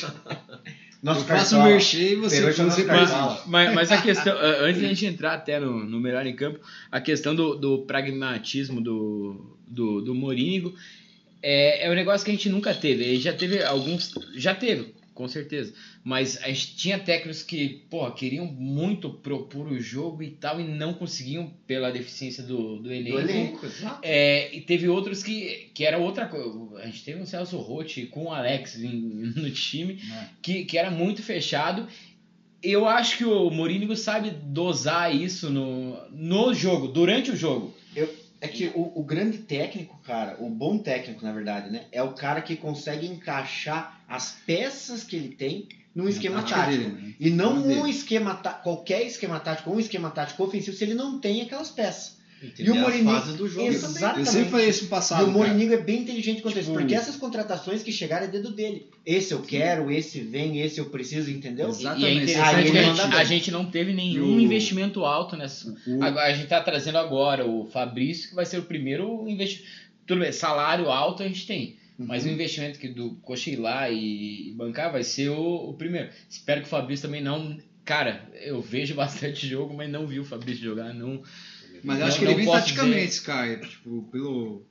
Speaker 4: Nosso
Speaker 2: faço um
Speaker 4: cartão.
Speaker 2: merchan e você,
Speaker 4: Peroxa
Speaker 2: você
Speaker 4: não
Speaker 1: Mas,
Speaker 2: participa.
Speaker 1: mas, mas a questão, ah, antes da gente entrar até no, no melhor em campo, a questão do, do pragmatismo do, do, do Morínigo é, é um negócio que a gente nunca teve. A gente já teve alguns. Já teve, com certeza. Mas a gente tinha técnicos que, porra, queriam muito propor o jogo e tal, e não conseguiam pela deficiência do, do elenco.
Speaker 4: Do elenco.
Speaker 3: exato.
Speaker 1: É, e teve outros que, que era outra coisa. A gente teve um Celso Rotti com o Alex em- no time,
Speaker 2: É.
Speaker 1: que, que era muito fechado. Eu acho que o Mourinho sabe dosar isso no, no jogo, durante o jogo.
Speaker 4: É que o, o grande técnico, cara, o bom técnico, na verdade, né? É o cara que consegue encaixar as peças que ele tem num Um esquema
Speaker 2: Ah,
Speaker 4: tático.
Speaker 2: dele, né?
Speaker 4: E não
Speaker 2: Vamos ver.
Speaker 4: um esquema tá- qualquer esquema tático, um esquema tático ofensivo, se ele não tem aquelas peças.
Speaker 3: Entender
Speaker 4: E o Mourinho-
Speaker 3: as fases do
Speaker 2: é
Speaker 3: jogo.
Speaker 4: Exato.
Speaker 2: Eu
Speaker 4: Exatamente.
Speaker 2: sempre falei isso no
Speaker 4: e
Speaker 2: passado.
Speaker 4: o Mourinho é bem inteligente quanto isso,
Speaker 2: Tipo-
Speaker 4: porque essas contratações que chegaram é dedo dele. Esse eu quero, esse vem, esse eu preciso, entendeu?
Speaker 2: Exato.
Speaker 1: E é
Speaker 2: Exatamente.
Speaker 4: Aí
Speaker 1: interessante
Speaker 4: ele
Speaker 1: que a gente,
Speaker 4: manda
Speaker 1: a
Speaker 4: bem.
Speaker 1: gente não teve nenhum
Speaker 2: E o-
Speaker 1: investimento alto nessa.
Speaker 2: O-
Speaker 1: Agora, a gente tá trazendo agora o Fabrício, que vai ser o primeiro investimento. Tudo bem, salário alto a gente tem. Mas o investimento que do Cochilar e bancar vai ser o, o primeiro. Espero que o Fabrício também não. Cara, eu vejo bastante jogo, mas não vi o Fabrício jogar. Não,
Speaker 2: Mas eu
Speaker 1: Não-
Speaker 2: acho que
Speaker 1: não
Speaker 2: ele vem
Speaker 1: posso
Speaker 2: taticamente, cara. Tipo, pelo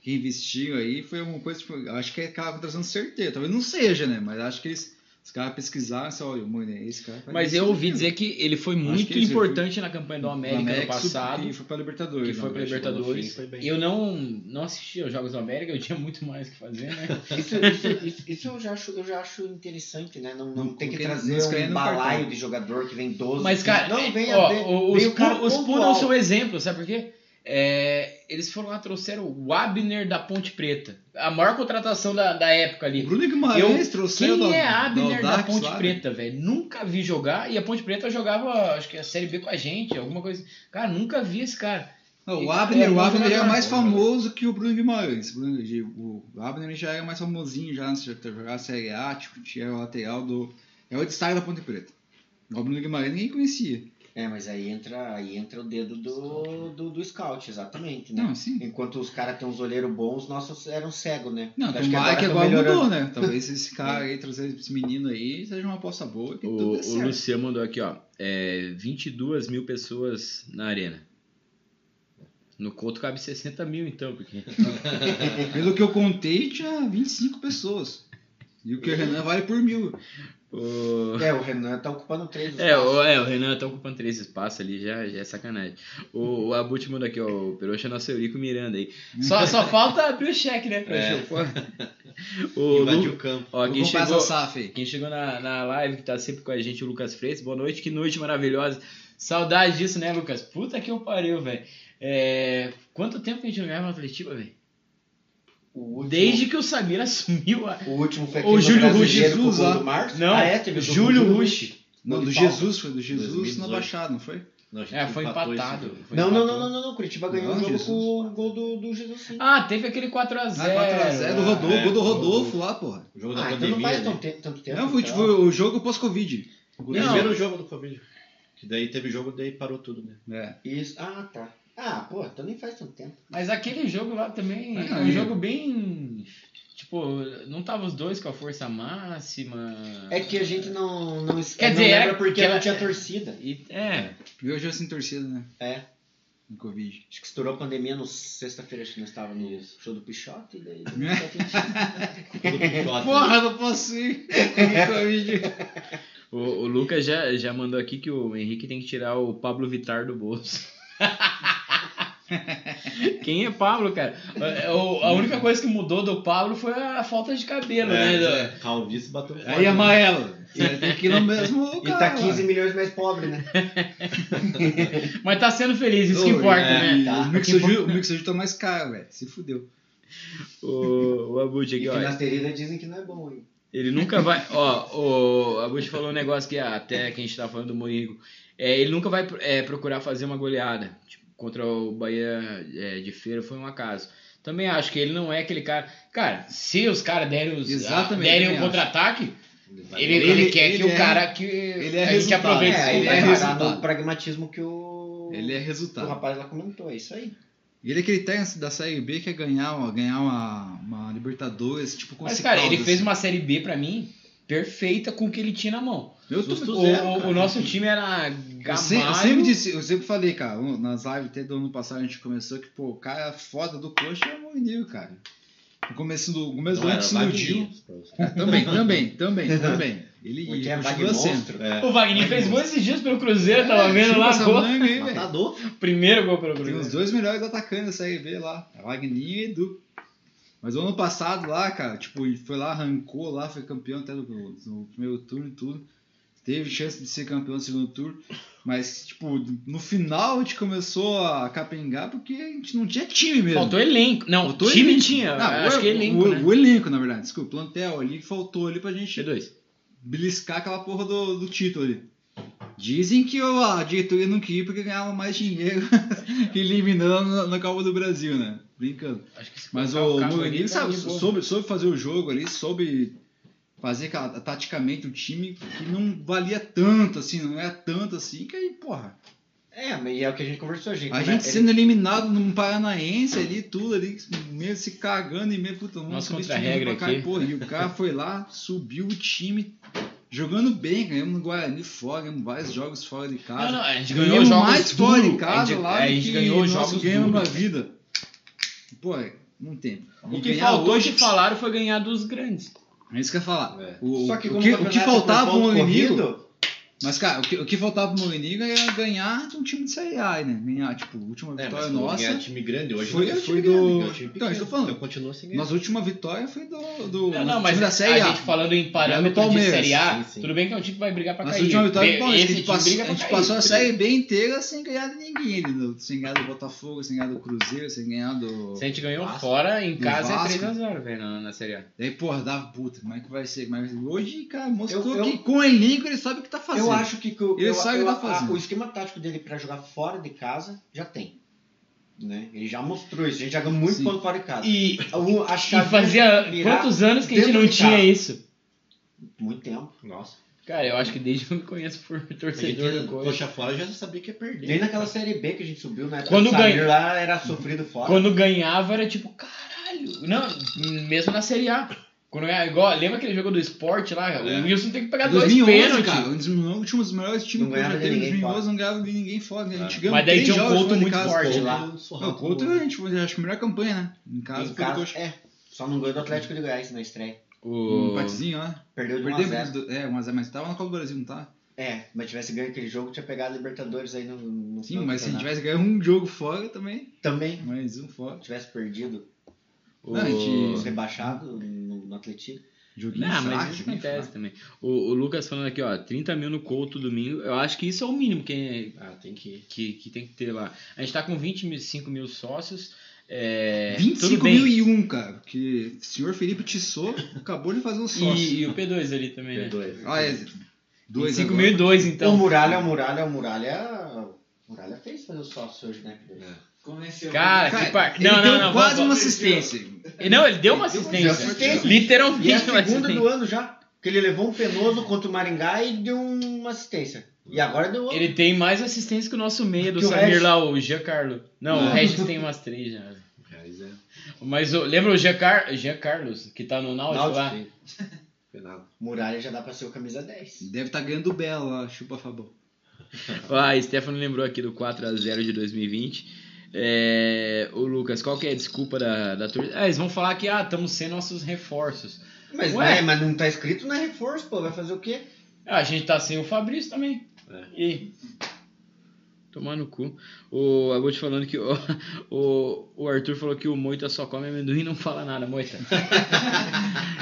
Speaker 2: que investiu aí, foi uma coisa, tipo, eu acho que é aquela contratação certeira. Talvez não seja, né? Mas acho que eles, os caras pesquisaram, assim, olha, o Mourinho é esse cara. faz
Speaker 1: mas
Speaker 2: isso,
Speaker 1: eu
Speaker 2: isso,
Speaker 1: ouvi
Speaker 2: aquilo.
Speaker 1: dizer que ele foi
Speaker 2: que
Speaker 1: muito
Speaker 2: ele
Speaker 1: importante na campanha do
Speaker 2: O
Speaker 1: América, no
Speaker 2: América
Speaker 1: passado.
Speaker 2: Que foi pra Libertadores.
Speaker 1: que foi
Speaker 2: né?
Speaker 1: pra Libertadores. Eu não, não assistia aos Jogos do América, eu tinha muito mais o que fazer, né?
Speaker 4: Isso, isso- isso- isso eu, já acho, eu já acho interessante, né? Não, não
Speaker 2: Não
Speaker 4: tem que
Speaker 2: coloquei-
Speaker 4: trazer
Speaker 2: não escrevi
Speaker 4: um
Speaker 2: no
Speaker 4: balaio
Speaker 2: cartão.
Speaker 4: de jogador que vem 12.
Speaker 1: Mas, cara, é,
Speaker 4: não vem
Speaker 1: ó,
Speaker 4: a ver.
Speaker 1: o-
Speaker 4: vem
Speaker 1: os,
Speaker 4: o cara
Speaker 1: Pu- os
Speaker 4: pontual.
Speaker 1: Pumas são exemplo, sabe por quê? É, eles foram lá, trouxeram o Abner da Ponte Preta. A maior contratação da, da época
Speaker 2: O
Speaker 1: ali.
Speaker 2: Bruno Guimarães trouxe
Speaker 1: Quem
Speaker 2: o da-
Speaker 1: é Abner da,
Speaker 2: Audax
Speaker 1: Ponte
Speaker 2: lá, né?
Speaker 1: Preta, velho? Nunca vi jogar. E a Ponte Preta jogava, acho que a Série B com a gente, alguma coisa. Cara, nunca vi esse cara.
Speaker 2: Não,
Speaker 1: É,
Speaker 2: o Abner,
Speaker 1: é,
Speaker 2: o Abner
Speaker 1: é
Speaker 2: já é mais
Speaker 3: bom, galera.
Speaker 2: famoso que o Bruno Guimarães. O Bruno- O Abner já é mais famosinho, já se jogava Série A, tipo, tinha o lateral do. É o destaque da Ponte Preta. O Bruno Guimarães ninguém conhecia.
Speaker 4: É, mas aí entra, aí entra o dedo do,
Speaker 2: né?
Speaker 4: do, do scout, exatamente,
Speaker 1: Hum.
Speaker 4: né?
Speaker 2: Não, sim.
Speaker 4: Enquanto os caras têm uns olheiros bons, os nossos eram cegos, né?
Speaker 2: Não,
Speaker 4: Acho
Speaker 1: um
Speaker 2: tomara que
Speaker 4: tão
Speaker 2: agora,
Speaker 4: melhorando.
Speaker 2: mudou, né? Talvez esse cara aí, trazer esse menino aí, seja uma aposta boa que tudo
Speaker 1: O,
Speaker 2: é
Speaker 1: o
Speaker 2: certo.
Speaker 1: Luciano mandou aqui, ó. É, 22 mil pessoas na arena. No Couto cabe 60 mil, então, porque.
Speaker 2: É, Pelo que eu contei, tinha 25 pessoas. E o que o Renan vale por mil.
Speaker 1: O...
Speaker 4: É, o Renan tá ocupando três
Speaker 1: É,
Speaker 4: espaços.
Speaker 1: o, é, o Renan tá ocupando três espaços ali, já, já é sacanagem. O, o Abut mandou aqui, ó. O Peroxa é nosso Eurico Miranda aí. Só, só falta abrir o cheque, né,
Speaker 3: É.
Speaker 1: Peroxa? Pô. O
Speaker 3: Invadiu
Speaker 1: Lu...
Speaker 3: o campo.
Speaker 1: ó,
Speaker 2: Vou
Speaker 1: quem
Speaker 2: comprar
Speaker 1: chegou,
Speaker 2: essa SAF aí.
Speaker 1: quem chegou na, na live, que tá sempre com a gente, o Lucas Freitas. Boa noite, que noite maravilhosa. Saudade disso, né, Lucas? Puta que eu pariu, velho. É, Quanto tempo que a gente não ganhava na Atletiva, velho?
Speaker 4: O último,
Speaker 1: Desde que o Samir assumiu a.
Speaker 4: o último foi
Speaker 1: o
Speaker 4: aquele
Speaker 1: Júlio Rush,
Speaker 4: brasileiro com o
Speaker 2: Jesus
Speaker 4: gol
Speaker 2: lá.
Speaker 4: do Marcos.
Speaker 1: Não,
Speaker 4: Ah, é, teve o do
Speaker 1: Júlio
Speaker 4: Júlio
Speaker 1: Rush.
Speaker 2: Não, do
Speaker 4: Paulo.
Speaker 2: Jesus, foi do Jesus na
Speaker 3: 2018.
Speaker 2: Baixada, não foi?
Speaker 3: Não, a gente
Speaker 1: É, foi
Speaker 3: empatou esse
Speaker 1: empatado.
Speaker 3: jogo.
Speaker 1: foi
Speaker 4: Não, não,
Speaker 1: empatado.
Speaker 4: não, não, não, não. Curitiba ganhou
Speaker 2: Não,
Speaker 4: o jogo
Speaker 2: Jesus.
Speaker 4: com o gol do, do Jesus sim.
Speaker 1: Ah, teve aquele 4x0.
Speaker 2: Ah, 4x0 do Rodolfo,
Speaker 3: É,
Speaker 2: gol do Rodolfo lá, porra.
Speaker 3: O jogo da
Speaker 4: Ah, então não
Speaker 3: pandemia.
Speaker 4: faz
Speaker 3: né?
Speaker 4: tão te- tanto
Speaker 1: É,
Speaker 4: tempo.
Speaker 2: Não,
Speaker 1: tá.
Speaker 2: foi
Speaker 4: então.
Speaker 2: tipo o jogo pós-Covid.
Speaker 1: Não.
Speaker 3: O primeiro jogo do Covid. Que daí teve jogo, daí parou tudo, né?
Speaker 2: É.
Speaker 4: Isso. Ah, tá. Ah, pô, então nem faz tanto tempo.
Speaker 1: Mas aquele jogo lá também
Speaker 2: Ah,
Speaker 1: é um
Speaker 2: é.
Speaker 1: jogo bem. Tipo, não tava os dois com a força máxima.
Speaker 4: É que a gente não, não esquece.
Speaker 1: Ah, Quer
Speaker 4: não
Speaker 1: dizer,
Speaker 4: lembra
Speaker 1: é
Speaker 4: porque
Speaker 1: que
Speaker 4: não
Speaker 1: ela-
Speaker 4: tinha torcida.
Speaker 1: E- é.
Speaker 2: Primeiro jogo sem torcida, né?
Speaker 4: É.
Speaker 2: No Covid.
Speaker 4: Acho que estourou a pandemia no sexta-feira, acho que nós estávamos no show do Pichote. E daí,
Speaker 3: Tudo pichote, né?
Speaker 2: Porra, não posso ir! No Covid.
Speaker 1: O, o Lucas já, já mandou aqui que o Henrique tem que tirar o Pablo Vitar do bolso. Quem é Pablo, cara? É, O- a única coisa que mudou do Pablo foi a falta de cabelo, né?
Speaker 3: Uhum. É, Calvície bateu forte. né?
Speaker 2: Aí, amarelo. Tem que ir no mesmo
Speaker 4: e
Speaker 2: cara.
Speaker 4: tá 15 milhões mais pobre, né?
Speaker 1: Mas tá sendo feliz, isso que
Speaker 2: Ô,
Speaker 1: importa,
Speaker 3: é.
Speaker 1: né?
Speaker 2: E O Mixoju, o Mixoju tá mais caro, velho. Se fudeu.
Speaker 1: O, o Abud
Speaker 4: E
Speaker 1: aqui, ó.
Speaker 4: finasterida dizem que não é bom, hein?
Speaker 1: Ele nunca vai. Ó, o Augusto falou um negócio que até que a gente tá falando do Mourinho. É, ele nunca vai é, procurar fazer uma goleada. Tipo, contra o Bahia é, de feira foi um acaso. Também acho que ele não é aquele cara. Cara, se os caras derem, os,
Speaker 2: Exatamente,
Speaker 1: derem o
Speaker 2: também
Speaker 1: contra-ataque,
Speaker 3: Vai-
Speaker 1: ele, ele,
Speaker 2: Ele-
Speaker 1: quer que
Speaker 2: ele
Speaker 1: o
Speaker 2: é-
Speaker 1: cara que
Speaker 2: ele é
Speaker 1: a gente
Speaker 2: resultado.
Speaker 1: aproveite.
Speaker 4: É,
Speaker 1: esse
Speaker 4: ele
Speaker 2: ele é
Speaker 4: vai
Speaker 1: contra-ataque.
Speaker 4: parar
Speaker 2: resultado.
Speaker 4: no pragmatismo que o,
Speaker 2: Ele é
Speaker 4: o
Speaker 2: resultado.
Speaker 4: rapaz lá comentou, é isso aí.
Speaker 2: E ele é aquele técnico da Série B que é ganhar, uma- ganhar uma, uma Libertadores, tipo, com
Speaker 1: Mas,
Speaker 2: esse
Speaker 1: cara,
Speaker 2: caldo,
Speaker 1: ele fez
Speaker 2: assim.
Speaker 1: uma série B pra mim perfeita com o que ele tinha na mão.
Speaker 2: Eu tô,
Speaker 1: O, o- o nosso time era
Speaker 2: Eu,
Speaker 1: Gamalho.
Speaker 2: se- eu sempre disse, eu sempre falei, cara, um- nas lives até do ano passado a gente começou que, pô, o cara foda do coxa é o Mourinho, cara. No começo do, um no começo do
Speaker 3: Não,
Speaker 2: ano
Speaker 3: era
Speaker 2: que se iludiu.
Speaker 3: Wagner.
Speaker 2: É, também, também, também, também. Ele,
Speaker 4: Porque
Speaker 2: ele
Speaker 4: é
Speaker 2: continua sendo.
Speaker 4: Wagner
Speaker 3: É.
Speaker 1: O Wagner fez gol esses dias pelo Cruzeiro, tava
Speaker 2: É,
Speaker 1: vendo
Speaker 2: chupa
Speaker 1: lá,
Speaker 2: essa
Speaker 1: gol.
Speaker 2: manga aí, velho.
Speaker 3: Matador.
Speaker 1: Primeiro gol pelo
Speaker 2: Tem os
Speaker 1: Cruzeiro.
Speaker 2: dois melhores atacantes da Série B lá, Wagninho e Edu. Mas o ano passado lá, cara, tipo, ele foi lá, arrancou lá, foi campeão até no, no primeiro turno e tudo. Teve chance de ser campeão no segundo turno. Mas, tipo, no final a gente começou a capengar porque a gente não tinha time mesmo.
Speaker 1: Faltou elenco. Não,
Speaker 2: Faltou
Speaker 1: time
Speaker 2: elenco.
Speaker 1: tinha.
Speaker 2: Não,
Speaker 1: acho
Speaker 2: o,
Speaker 1: que elenco,
Speaker 2: é, o,
Speaker 1: né?
Speaker 2: o elenco, na verdade, desculpa, o plantel ali faltou ali pra gente
Speaker 1: G2.
Speaker 2: beliscar aquela porra do, do título ali. Dizem que o- a diretoria não queria porque ganhava mais dinheiro eliminando na, na Copa do Brasil, né? Brincando.
Speaker 1: Acho que se
Speaker 2: Mas
Speaker 1: colocar
Speaker 2: o
Speaker 1: Cavani,
Speaker 2: Mourinho
Speaker 1: tá
Speaker 2: sabe,
Speaker 1: ali, pô.
Speaker 2: soube, soube fazer o jogo ali, soube fazer ca- taticamente o time que não valia tanto assim, não era tanto assim, que aí, porra,
Speaker 4: É, mas é o que a gente conversou, a gente.
Speaker 2: a
Speaker 4: come-
Speaker 2: gente
Speaker 4: ele-
Speaker 2: sendo eliminado num Paranaense ali, tudo ali, meio se cagando e meio, puta, vamos
Speaker 1: Nossa
Speaker 2: subir esse
Speaker 1: contra-regra
Speaker 2: time pra
Speaker 1: aqui.
Speaker 2: E, porra, e o cara foi lá, subiu o time, jogando bem, ganhamos no Guarani fora, ganhamos vários jogos fora de casa.
Speaker 1: Não, não, a gente ganhou
Speaker 2: Ganhamos
Speaker 1: jogos
Speaker 2: mais
Speaker 1: duro.
Speaker 2: fora de casa
Speaker 1: a gente,
Speaker 2: lá
Speaker 1: é, a
Speaker 2: do
Speaker 1: gente
Speaker 2: que
Speaker 1: ganhou
Speaker 2: nós
Speaker 1: jogos
Speaker 2: ganhamos
Speaker 1: duro.
Speaker 2: na vida. Pô, não tem.
Speaker 1: O
Speaker 2: E
Speaker 1: que
Speaker 2: ganhar
Speaker 1: faltou que falaram foi ganhar dos grandes.
Speaker 2: É isso que eu ia falar.
Speaker 3: É.
Speaker 2: O,
Speaker 4: Só que
Speaker 2: o
Speaker 4: como
Speaker 2: que,
Speaker 4: o
Speaker 2: o que
Speaker 4: campeonato
Speaker 2: faltava
Speaker 4: é um
Speaker 2: pro
Speaker 4: ponto
Speaker 2: Mourinho...
Speaker 4: corrido,
Speaker 2: Mas, cara, o que, o que faltava pro Mourinho era ganhar de um time de Série A, né? Ganhar, tipo, a última
Speaker 3: É,
Speaker 2: vitória
Speaker 3: mas
Speaker 2: nossa...
Speaker 3: nossa, time grande hoje
Speaker 2: foi-
Speaker 3: não é um time
Speaker 2: foi
Speaker 3: grande,
Speaker 2: do-
Speaker 3: é um time
Speaker 2: Então,
Speaker 3: pequeno.
Speaker 2: isso eu tô falando.
Speaker 3: Então continua sem ganhar.
Speaker 2: Nossa última vitória foi do, do
Speaker 1: Não,
Speaker 2: do
Speaker 1: não,
Speaker 2: time
Speaker 1: mas
Speaker 2: da Série
Speaker 1: a
Speaker 2: A.
Speaker 1: gente falando em
Speaker 2: do
Speaker 1: parâmetro de
Speaker 2: Palmeiras,
Speaker 1: Série A,
Speaker 3: sim, sim.
Speaker 1: tudo bem que é um time que vai brigar pra
Speaker 2: Nossa
Speaker 1: cair.
Speaker 2: última vitória do
Speaker 1: Be-
Speaker 2: Palmeiras. que
Speaker 1: Esse
Speaker 2: A gente,
Speaker 1: time
Speaker 2: passou,
Speaker 1: briga
Speaker 2: a
Speaker 1: pra
Speaker 2: gente
Speaker 1: cair.
Speaker 2: passou a Série B inteira sem ganhar de ninguém. né? Sem ganhar do Botafogo, sem ganhar do Cruzeiro, sem ganhar do...
Speaker 1: Se a gente ganhou
Speaker 3: Vasco.
Speaker 1: fora, em
Speaker 2: Do
Speaker 1: casa
Speaker 2: Vasco.
Speaker 1: é 3x0, velho, na, na Série A.
Speaker 2: Daí, porra, dava puta. Como é que vai ser? Como é que vai ser? Hoje, cara, mostrou
Speaker 4: Eu- eu-
Speaker 2: que com o elenco ele sabe o que tá fazendo.
Speaker 4: eu acho que, que o-
Speaker 2: Ele
Speaker 4: eu-
Speaker 2: sabe o
Speaker 4: eu-
Speaker 2: que tá
Speaker 4: a-
Speaker 2: fazendo.
Speaker 4: o esquema tático dele pra jogar fora de casa já tem. Né? Ele já mostrou isso, a gente joga muito
Speaker 2: Sim.
Speaker 4: ponto fora de casa.
Speaker 1: E,
Speaker 4: O- a
Speaker 1: e
Speaker 4: chave
Speaker 1: fazia
Speaker 4: virar
Speaker 1: quantos anos que a gente
Speaker 4: dentro
Speaker 1: não
Speaker 4: de
Speaker 1: tinha
Speaker 4: casa.
Speaker 1: isso?
Speaker 4: muito tempo.
Speaker 3: Nossa.
Speaker 1: Cara, eu acho que desde que eu me conheço por
Speaker 3: A gente
Speaker 1: torcedor
Speaker 2: tipo,
Speaker 1: do Corinthians.
Speaker 3: coxa fora já sabia que ia perder. né?
Speaker 4: Desde aquela série B que a gente subiu, né?
Speaker 1: Quando ganha-
Speaker 4: lá era sofrido fora.
Speaker 1: Quando ganhava era tipo, caralho. Não, mesmo na Série A. Quando ganhava, igual, lembra aquele jogo do esporte lá?
Speaker 2: É.
Speaker 1: O Wilson tem que pegar dois
Speaker 2: 2011,
Speaker 1: pênaltis.
Speaker 2: cara, um dos meus últimos melhores times
Speaker 4: Não
Speaker 2: que eu já
Speaker 4: ganhava de
Speaker 2: teve em
Speaker 4: ninguém
Speaker 2: 2011, não ganhava de ninguém fora. né? A gente
Speaker 3: Ah.
Speaker 2: ganhou
Speaker 1: Mas daí tinha
Speaker 2: três
Speaker 1: um
Speaker 2: jogos
Speaker 1: Couto
Speaker 2: fora de
Speaker 1: muito
Speaker 2: casa.
Speaker 1: forte
Speaker 3: Ou
Speaker 1: lá.
Speaker 3: um
Speaker 2: Não, o
Speaker 3: surrapo
Speaker 2: Couto,
Speaker 3: no-
Speaker 2: a gente acho a melhor campanha, né? Em casa,
Speaker 4: Em
Speaker 2: foi
Speaker 4: casa,
Speaker 2: o Coxa.
Speaker 4: é, só não ganhou do Atlético de Goiás na estreia.
Speaker 2: Um
Speaker 1: O... um
Speaker 2: empatezinho, ó.
Speaker 4: Perdeu de 1 a 0.
Speaker 2: Perdemos, do- é, 1x0, mas tava na Copa do Brasil, não tá?
Speaker 4: É, mas tivesse ganho aquele jogo, tinha pegado a Libertadores aí no, no
Speaker 2: Sim,
Speaker 4: no
Speaker 2: mas se a gente
Speaker 4: campeonato.
Speaker 2: tivesse ganho um jogo fora também,
Speaker 4: Também,
Speaker 2: mais um fora.
Speaker 4: tivesse perdido,
Speaker 1: o-
Speaker 2: Não, a gente-
Speaker 4: os rebaixado no, no Atlético.
Speaker 2: Joguinho
Speaker 1: Não,
Speaker 2: fraco,
Speaker 1: Ah, mas isso
Speaker 2: joguinho
Speaker 1: acontece também. O, o Lucas falando aqui, ó, 30 mil no Couto domingo. Eu acho que isso é o mínimo que,
Speaker 3: Ah, tem que ir.
Speaker 1: que, que tem que ter lá. A gente tá com 25 mil sócios. É, tudo bem.
Speaker 2: 25.001, cara. Que o senhor Felipe Tissot acabou de fazer um sócio.
Speaker 1: E, e o P2 ali também, né?
Speaker 3: Perdoe.
Speaker 2: Ah, é. Dois
Speaker 1: 25
Speaker 2: agora. Um
Speaker 1: mil e dois, então.
Speaker 4: o Muralha, é o Muralha, o Muralha. Muralha fez fazer o sócio hoje,
Speaker 1: É.
Speaker 4: né? Pedro?
Speaker 5: Convenceu.
Speaker 1: Cara,
Speaker 2: Cara,
Speaker 1: que par...
Speaker 2: ele
Speaker 1: Não,
Speaker 2: deu
Speaker 1: não, não.
Speaker 2: quase
Speaker 1: vamos-
Speaker 2: uma assistência.
Speaker 1: Não, ele deu uma
Speaker 2: Ele deu uma
Speaker 1: assistência.
Speaker 4: assistência.
Speaker 1: Literalmente
Speaker 4: E é a
Speaker 1: uma
Speaker 4: segunda
Speaker 1: assistência.
Speaker 4: do ano já. Que ele levou um penoso contra o Maringá e deu uma assistência. E agora deu outro.
Speaker 1: Ele tem mais assistência que o nosso meia do
Speaker 4: Que o
Speaker 1: Samir
Speaker 4: Regis.
Speaker 1: lá, o Giancarlo. Não, o
Speaker 2: Não.
Speaker 1: Regis tem umas três já.
Speaker 3: Reais é.
Speaker 1: Mas o- lembra o Giancar... Giancarlos, que tá no Náutico
Speaker 4: Náutico,
Speaker 1: lá?
Speaker 3: sim. Penal.
Speaker 4: Muralha já dá pra ser o camisa 10.
Speaker 2: Deve estar ganhando o Belo lá, chupa Fabão.
Speaker 1: Ah, a Stefano lembrou aqui do 4x0 de 2020. É, o Lucas, qual que é a desculpa da, da torcida? Ah, eles vão falar que ah, estamos sem nossos reforços.
Speaker 4: Mas,
Speaker 1: Ué.
Speaker 4: né, mas não tá escrito na reforço, pô. Vai fazer o quê?
Speaker 1: Ah, a gente tá sem o Fabrício também.
Speaker 3: É.
Speaker 1: E tomar no cu. O Agut falando que o, o, o Arthur falou que o Moita só come amendoim e não fala nada, Moita.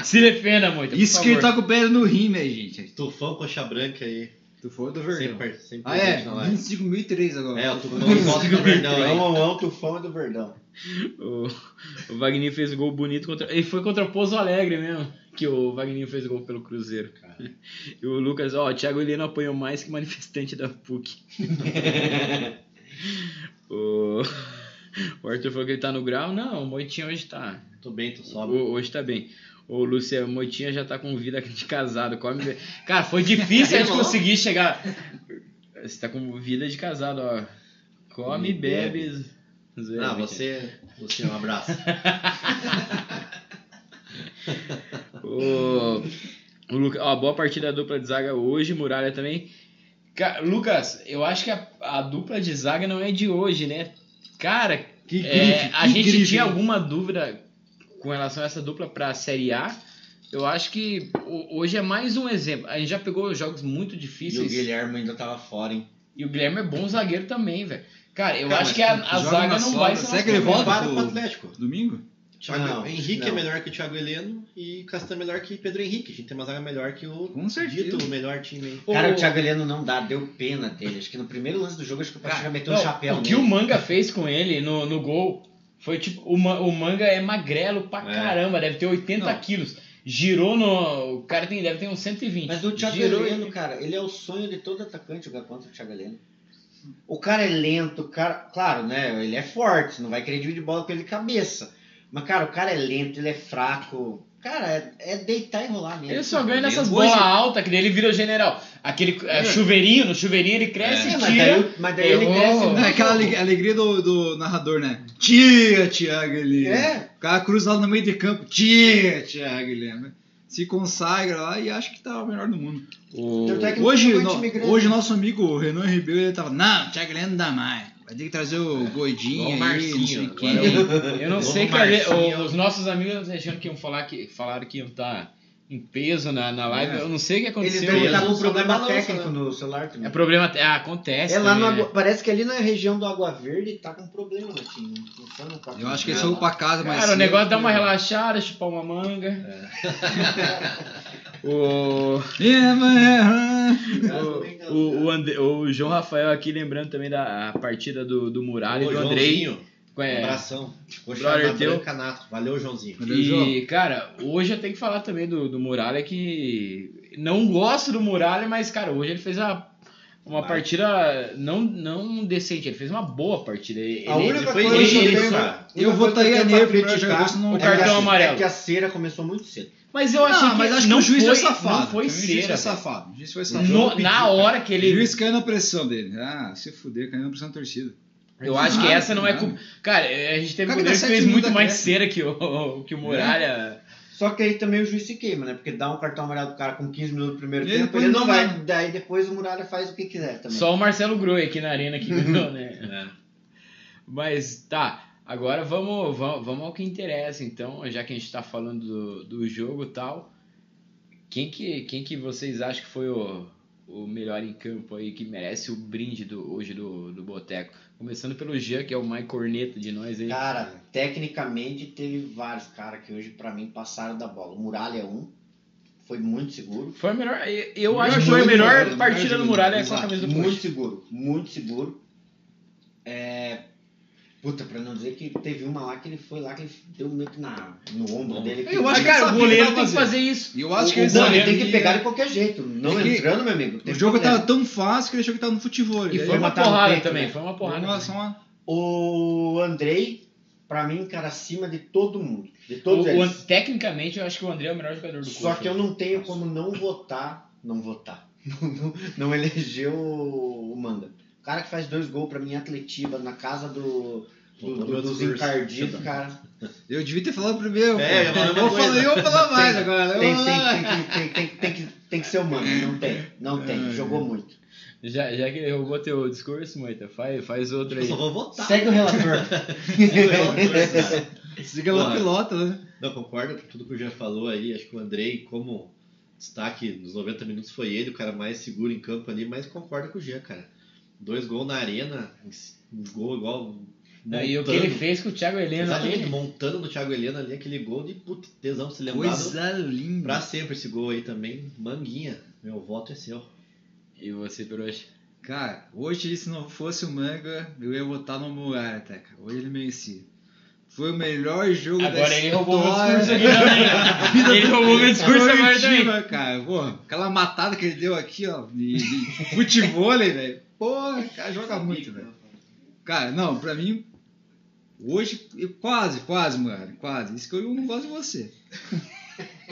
Speaker 1: Se defenda, Moita. por
Speaker 2: Isso que ele
Speaker 1: favor.
Speaker 2: tá com o Belo no rim, né, gente?
Speaker 3: Tufão, coxa branca aí.
Speaker 2: Tu foi do
Speaker 3: Sem,
Speaker 2: Verdão.
Speaker 3: par- sem
Speaker 2: Ah, é,
Speaker 3: presente na live.
Speaker 2: 25.003 agora.
Speaker 3: É, o Tufão volta do Verdão
Speaker 4: Não,
Speaker 3: aí.
Speaker 4: não, não, o Tufão é do Verdão.
Speaker 2: tá-
Speaker 1: O, o Wagninho fez gol bonito contra. E foi contra o Pouso Alegre mesmo. Que o Wagninho fez gol pelo Cruzeiro.
Speaker 3: Cara.
Speaker 1: E o Lucas, ó, o Thiago Heleno apanhou mais que manifestante da PUC. o, o Arthur falou que ele tá no grau. Não, o Moitinha hoje tá.
Speaker 3: Tô bem, tô
Speaker 1: O-
Speaker 3: sóbrio.
Speaker 1: hoje tá bem. O Lúcia, o Moitinha já tá com vida de casado. Come... bem. Cara, foi difícil a gente conseguir chegar. Você tá com vida de casado, ó. Come e bebe. Zoeira,
Speaker 3: Ah,
Speaker 1: gente.
Speaker 3: você, você um abraço.
Speaker 1: O, o Luca- ó, boa partida da dupla de zaga hoje, Muralha também. Ca- Lucas, eu acho que a, a dupla de zaga não é de hoje, né? Cara,
Speaker 2: Que
Speaker 1: é,
Speaker 2: grife, que
Speaker 1: a gente
Speaker 2: grife, né?
Speaker 1: tinha
Speaker 2: hein?
Speaker 1: alguma dúvida com relação a essa dupla para a Série A. Eu acho que o- hoje é mais um exemplo. A gente já pegou jogos muito
Speaker 4: E o
Speaker 1: difíceis.
Speaker 4: Guilherme ainda tava fora, hein?
Speaker 1: E o Guilherme é bom zagueiro também, velho. Cara, eu
Speaker 3: Cara,
Speaker 1: acho
Speaker 3: mas
Speaker 1: que a,
Speaker 2: tu
Speaker 1: a
Speaker 2: joga
Speaker 1: zaga
Speaker 2: na
Speaker 1: não
Speaker 2: sobra,
Speaker 1: vai ser.
Speaker 2: será
Speaker 1: nosso
Speaker 2: que ele
Speaker 1: problema.
Speaker 2: volta?
Speaker 3: Compara
Speaker 2: pro-
Speaker 3: com o Atlético.
Speaker 2: Domingo?
Speaker 3: Thiago
Speaker 4: Não,
Speaker 3: Henrique é
Speaker 4: não.
Speaker 3: melhor que o Thiago Heleno e Castan é melhor que Pedro Henrique. A gente tem uma zaga melhor que o
Speaker 2: Com certeza.
Speaker 3: dito melhor time aí.
Speaker 1: O-
Speaker 4: Cara, o Thiago Heleno não dá, deu pena dele. Acho que no primeiro lance do jogo, acho que o Patinho já meteu um
Speaker 1: Não,
Speaker 4: chapéu
Speaker 1: O que
Speaker 4: nele.
Speaker 1: o Manga fez com ele no, no gol foi tipo. O, Ma- o Manga é magrelo pra
Speaker 3: É.
Speaker 1: caramba, deve ter 80
Speaker 2: Não.
Speaker 1: quilos. girou no. O cara tem, deve ter uns 120.
Speaker 4: Mas o Thiago
Speaker 1: girou,
Speaker 4: Heleno, cara, ele é o sonho de todo atacante jogar contra o Thiago Heleno. O cara é lento, o cara. Claro, né? Ele é forte, não vai querer dividir bola com ele de cabeça. Mas, cara, o cara é lento, ele é fraco. Cara, é, é deitar e rolar mesmo.
Speaker 1: Ele só ganha nessas
Speaker 2: Hoje-
Speaker 1: bolas altas, que daí ele vira general. Aquele é,
Speaker 2: É.
Speaker 1: chuveirinho, no chuveirinho ele cresce
Speaker 4: É,
Speaker 1: e
Speaker 4: mas
Speaker 1: tira.
Speaker 4: daí, mas daí ele
Speaker 1: Errou.
Speaker 4: cresce. né?
Speaker 2: É
Speaker 4: muito.
Speaker 2: aquela ale- alegria do, do narrador, né? Tira, Thiago Heleno.
Speaker 4: É.
Speaker 2: O cara cruza lá no meio de campo. Tira, Thiago Heleno. Se consagra lá e acha que tá o melhor do mundo.
Speaker 1: O-
Speaker 4: Tanto é que-
Speaker 2: Hoje,
Speaker 4: foi um
Speaker 2: no-
Speaker 4: time grande.
Speaker 2: hoje nosso amigo Renan Ribeiro, ele tava, não, Thiago Heleno não dá mais. Vai ter que trazer o
Speaker 1: Igual
Speaker 2: Goidinho
Speaker 1: o
Speaker 2: aí, não sei
Speaker 1: Marcinho.
Speaker 2: quem.
Speaker 1: agora é eu- Eu não
Speaker 3: Igual
Speaker 1: sei,
Speaker 3: o
Speaker 1: cara.
Speaker 3: Marcinho.
Speaker 1: o- Os nossos amigos né, achando que iam falar que falaram que iam estar em peso na, na live.
Speaker 2: É.
Speaker 1: Eu não sei o que
Speaker 4: Eles
Speaker 1: aconteceu.
Speaker 4: devem
Speaker 1: mesmo.
Speaker 4: estar tá com um
Speaker 3: Só
Speaker 4: problema
Speaker 3: balança,
Speaker 4: técnico
Speaker 3: né?
Speaker 4: no celular também.
Speaker 1: É problema. é, acontece.
Speaker 4: É lá no
Speaker 1: também, né?
Speaker 4: Água- Parece que ali na região do Água Verde tá com problema, Ratinho. Não tá no papo.
Speaker 2: Eu acho que eles foram pra casa mais
Speaker 1: Cara, o
Speaker 2: cedo.
Speaker 1: negócio é dar uma relaxada, chupar uma
Speaker 4: É.
Speaker 1: manga. o,
Speaker 2: É, mas- é,
Speaker 1: o, o, Ande- o João Rafael aqui lembrando também da a partida do, do Muralha e
Speaker 3: Ô,
Speaker 1: do Andrei.
Speaker 3: Joãozinho,
Speaker 1: É,
Speaker 3: um abração. Ficou
Speaker 1: Brother
Speaker 3: chamado
Speaker 1: teu.
Speaker 3: Canato. Valeu, Joãozinho.
Speaker 2: Valeu, João.
Speaker 1: E, cara, hoje eu tenho que falar também do, do Muralha que não gosto do Muralha, mas, cara, hoje ele fez a- uma
Speaker 3: Vai.
Speaker 1: partida não, não decente, ele fez uma boa partida. Ele,
Speaker 4: A
Speaker 1: ele-
Speaker 4: única
Speaker 1: ele
Speaker 3: Foi
Speaker 4: coisa que
Speaker 3: ele,
Speaker 4: eu
Speaker 3: ele
Speaker 4: tenho-
Speaker 3: só.
Speaker 2: Eu vou
Speaker 4: Outra coisa
Speaker 2: tair a
Speaker 4: que eu tenho pra
Speaker 2: nele pro
Speaker 4: criticar
Speaker 2: jogo, senão
Speaker 1: o
Speaker 4: é que
Speaker 1: cartão
Speaker 4: a-
Speaker 1: amarelo.
Speaker 4: É que a cera começou muito cedo.
Speaker 1: Mas eu achei
Speaker 2: Ah,
Speaker 1: que
Speaker 2: mas acho que
Speaker 1: não
Speaker 2: o juiz
Speaker 1: foi,
Speaker 2: foi safado.
Speaker 1: Não foi
Speaker 2: Também O juiz
Speaker 1: cera.
Speaker 2: foi safado. O juiz foi
Speaker 1: velho.
Speaker 2: safado.
Speaker 1: No- na hora que
Speaker 2: O
Speaker 1: ele.
Speaker 2: juiz caiu na pressão dele. Ah, se fuder, caiu na pressão da torcida.
Speaker 1: Eu acho que
Speaker 2: Nada,
Speaker 1: essa não é
Speaker 2: nada.
Speaker 1: culpa. Cara, a gente teve um
Speaker 2: Cara,
Speaker 1: goleiro que fez
Speaker 2: dá sete
Speaker 1: muito
Speaker 2: minutos
Speaker 1: mais
Speaker 2: acréscimo.
Speaker 1: cera que o, que o Muralha.
Speaker 4: Só que aí também o juiz se queima, né? Porque dá um cartão amarelo pro cara com 15 minutos do primeiro
Speaker 2: E
Speaker 4: tempo,
Speaker 2: depois
Speaker 4: ele não
Speaker 2: não
Speaker 4: vai.
Speaker 2: vai.
Speaker 4: Daí depois o Muralha faz o que quiser também.
Speaker 1: Só o Marcelo Groi aqui na arena que ganhou, né?
Speaker 3: É.
Speaker 1: Mas tá, agora vamos, vamos, vamos ao que interessa, então, já que a gente tá falando do, do jogo e tal. Quem que, quem que vocês acham que foi o, o melhor em campo aí, que merece o brinde do, hoje do, do Boteco? Começando pelo Jean, que é o mais corneta de nós aí.
Speaker 4: Cara, tecnicamente teve vários caras que hoje pra mim passaram da bola. O Muralha é um, foi muito seguro.
Speaker 1: Foi a melhor. eu- Eu
Speaker 2: Melhor
Speaker 1: acho que foi a
Speaker 2: jogo do
Speaker 1: melhor
Speaker 2: Muralha, melhor
Speaker 1: partida
Speaker 2: jogo
Speaker 1: do
Speaker 2: do
Speaker 1: Muralha com a
Speaker 2: Exato,
Speaker 1: camisa do
Speaker 4: Muito
Speaker 1: Coxa.
Speaker 4: seguro, muito seguro. É, Puta, pra não dizer que teve uma lá que ele foi lá que ele deu um meio que na... no ombro
Speaker 1: Não.
Speaker 4: dele. que-
Speaker 2: Eu acho
Speaker 1: Mas,
Speaker 2: que
Speaker 1: cara,
Speaker 2: ele
Speaker 1: o
Speaker 2: sabia
Speaker 1: goleiro
Speaker 2: que
Speaker 1: tem
Speaker 2: tava
Speaker 1: que fazer isso.
Speaker 2: E eu
Speaker 4: O-
Speaker 2: acho que
Speaker 4: o-
Speaker 2: eles
Speaker 4: não, ele
Speaker 1: sabia
Speaker 4: tem que
Speaker 1: que-
Speaker 4: pegar de qualquer jeito. Não
Speaker 2: É que
Speaker 4: entrando, meu amigo. tem
Speaker 2: O jogo
Speaker 4: problema.
Speaker 2: tava tão fácil que ele achou que tava no futebol.
Speaker 1: E
Speaker 2: Ele
Speaker 1: foi
Speaker 2: ia
Speaker 1: uma
Speaker 4: matar no
Speaker 1: porrada
Speaker 4: peito,
Speaker 1: também,
Speaker 4: né?
Speaker 1: foi uma
Speaker 2: Porra,
Speaker 1: porrada.
Speaker 2: nossa, uma...
Speaker 4: O Andrei, pra mim, cara, acima de todo mundo. De todos
Speaker 1: O- o-
Speaker 4: eles.
Speaker 1: tecnicamente, eu acho que o André é o melhor jogador do
Speaker 4: Só
Speaker 1: Coxa.
Speaker 4: que eu não tenho como não votar. Não votar. Não, não, não eleger o, o Manga. O cara que faz dois gols pra mim em Atletiba, na casa do, do- do-
Speaker 3: Meu
Speaker 4: dos
Speaker 3: Deus,
Speaker 4: encardidos, cara.
Speaker 2: Eu devia ter falado primeiro.
Speaker 3: É,
Speaker 2: pô.
Speaker 3: eu ia falar a mesma
Speaker 2: eu
Speaker 3: coisa.
Speaker 2: falei, eu vou falar mais
Speaker 4: Tem-
Speaker 2: agora. Eu
Speaker 4: Tem,
Speaker 2: vou falar mais.
Speaker 4: tem- tem- tem- tem- tem que, tem que ser o Manga. Não tem. Não tem. Jogou muito.
Speaker 1: Já, já que ele roubou teu discurso, Moita, faz, faz outro
Speaker 3: Eu
Speaker 1: aí.
Speaker 3: só vou votar.
Speaker 4: Segue o relator.
Speaker 2: Esse é galão
Speaker 3: Porra.
Speaker 2: pilota, né?
Speaker 3: Não, concordo com tudo que o Jean falou aí. Acho que o Andrei, como destaque nos 90 minutos, foi ele, o cara mais seguro em campo ali, mas concordo com o Jean, cara. Dois gols na arena, um gol igual.
Speaker 1: Não, É, e o que
Speaker 3: montando-
Speaker 1: ele fez né? com o Thiago Heleno
Speaker 3: Exatamente,
Speaker 1: ali.
Speaker 3: montando no Thiago Helena ali, aquele gol de puta tesão se lembrado.
Speaker 2: Coisa
Speaker 3: Pra
Speaker 2: linda.
Speaker 3: sempre esse gol aí também. Manguinha, meu voto é seu.
Speaker 1: E você, Piroche?
Speaker 2: Cara, hoje se não fosse o manga, eu ia votar no Murata, cara. Hoje ele merecia. Foi o melhor jogo da
Speaker 1: Agora ele roubou meu
Speaker 2: história.
Speaker 1: discurso aqui também. Ele roubou meu discurso agora também.
Speaker 2: Coletiva, cara. Pô, aquela matada que ele deu aqui, ó, de, de futebol, velho. Pô, o cara joga muito, velho. Cara, não, pra mim, hoje, eu- quase, quase, mano, quase. Isso que eu não gosto de você.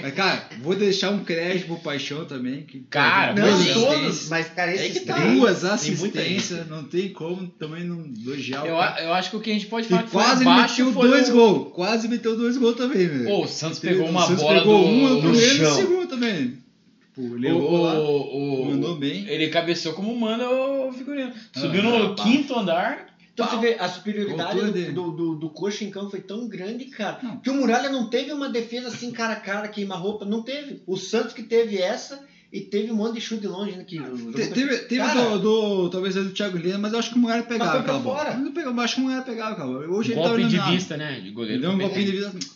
Speaker 2: Mas, cara, vou deixar um crédito pro Paixão também. Que,
Speaker 1: Cara,
Speaker 2: duas
Speaker 1: mas-
Speaker 4: Não
Speaker 2: assistências,
Speaker 4: todos, mas, cara,
Speaker 3: É
Speaker 4: esses
Speaker 3: que tá.
Speaker 4: três-
Speaker 2: Duas
Speaker 3: Tem muita
Speaker 2: assistências, não tem como também não elogiar
Speaker 1: Eu,
Speaker 2: o cara.
Speaker 1: a- eu acho que o que a gente pode falar
Speaker 2: E
Speaker 1: que
Speaker 2: quase
Speaker 1: foi baixo
Speaker 2: meteu
Speaker 1: foi
Speaker 2: dois
Speaker 1: o...
Speaker 2: gols. Quase meteu dois gols também, velho.
Speaker 1: Pô, o Santos
Speaker 2: Entendeu?
Speaker 1: pegou uma
Speaker 2: O Santos
Speaker 1: bola
Speaker 2: pegou
Speaker 1: do...
Speaker 2: um no
Speaker 1: do
Speaker 2: primeiro e no
Speaker 1: chão.
Speaker 2: segundo também. Tipo, ele
Speaker 1: O-
Speaker 2: errou lá,
Speaker 1: o- o-
Speaker 2: mandou bem.
Speaker 1: Ele cabeceou como um manda o figurino. Subiu
Speaker 2: Ah,
Speaker 1: no
Speaker 3: rapaz.
Speaker 1: quinto andar.
Speaker 4: Então você vê, a superioridade
Speaker 2: Voltou
Speaker 4: do,
Speaker 2: dele.
Speaker 4: do, do, do coxa em campo foi tão grande, cara,
Speaker 2: Não.
Speaker 4: que o Muralha não teve uma defesa assim cara a cara, queima-roupa, não teve. O Santos que teve essa e teve um monte de chute de longe, né? Que o jogo
Speaker 2: Te-
Speaker 4: foi-
Speaker 2: Teve, teve do,
Speaker 4: Cara,
Speaker 2: do- talvez do Thiago Lima, mas eu acho que o Muralha pegava
Speaker 4: foi pra
Speaker 2: aquela bola.
Speaker 4: fora.
Speaker 2: Não pegava, eu acho que o Muralha pegava aquela bola. Hoje ele tava
Speaker 1: Um Golpe de
Speaker 2: eliminado.
Speaker 1: vista, né? De
Speaker 2: Ele
Speaker 1: goleiro.
Speaker 2: deu um golpinho
Speaker 1: competente.
Speaker 2: de vista.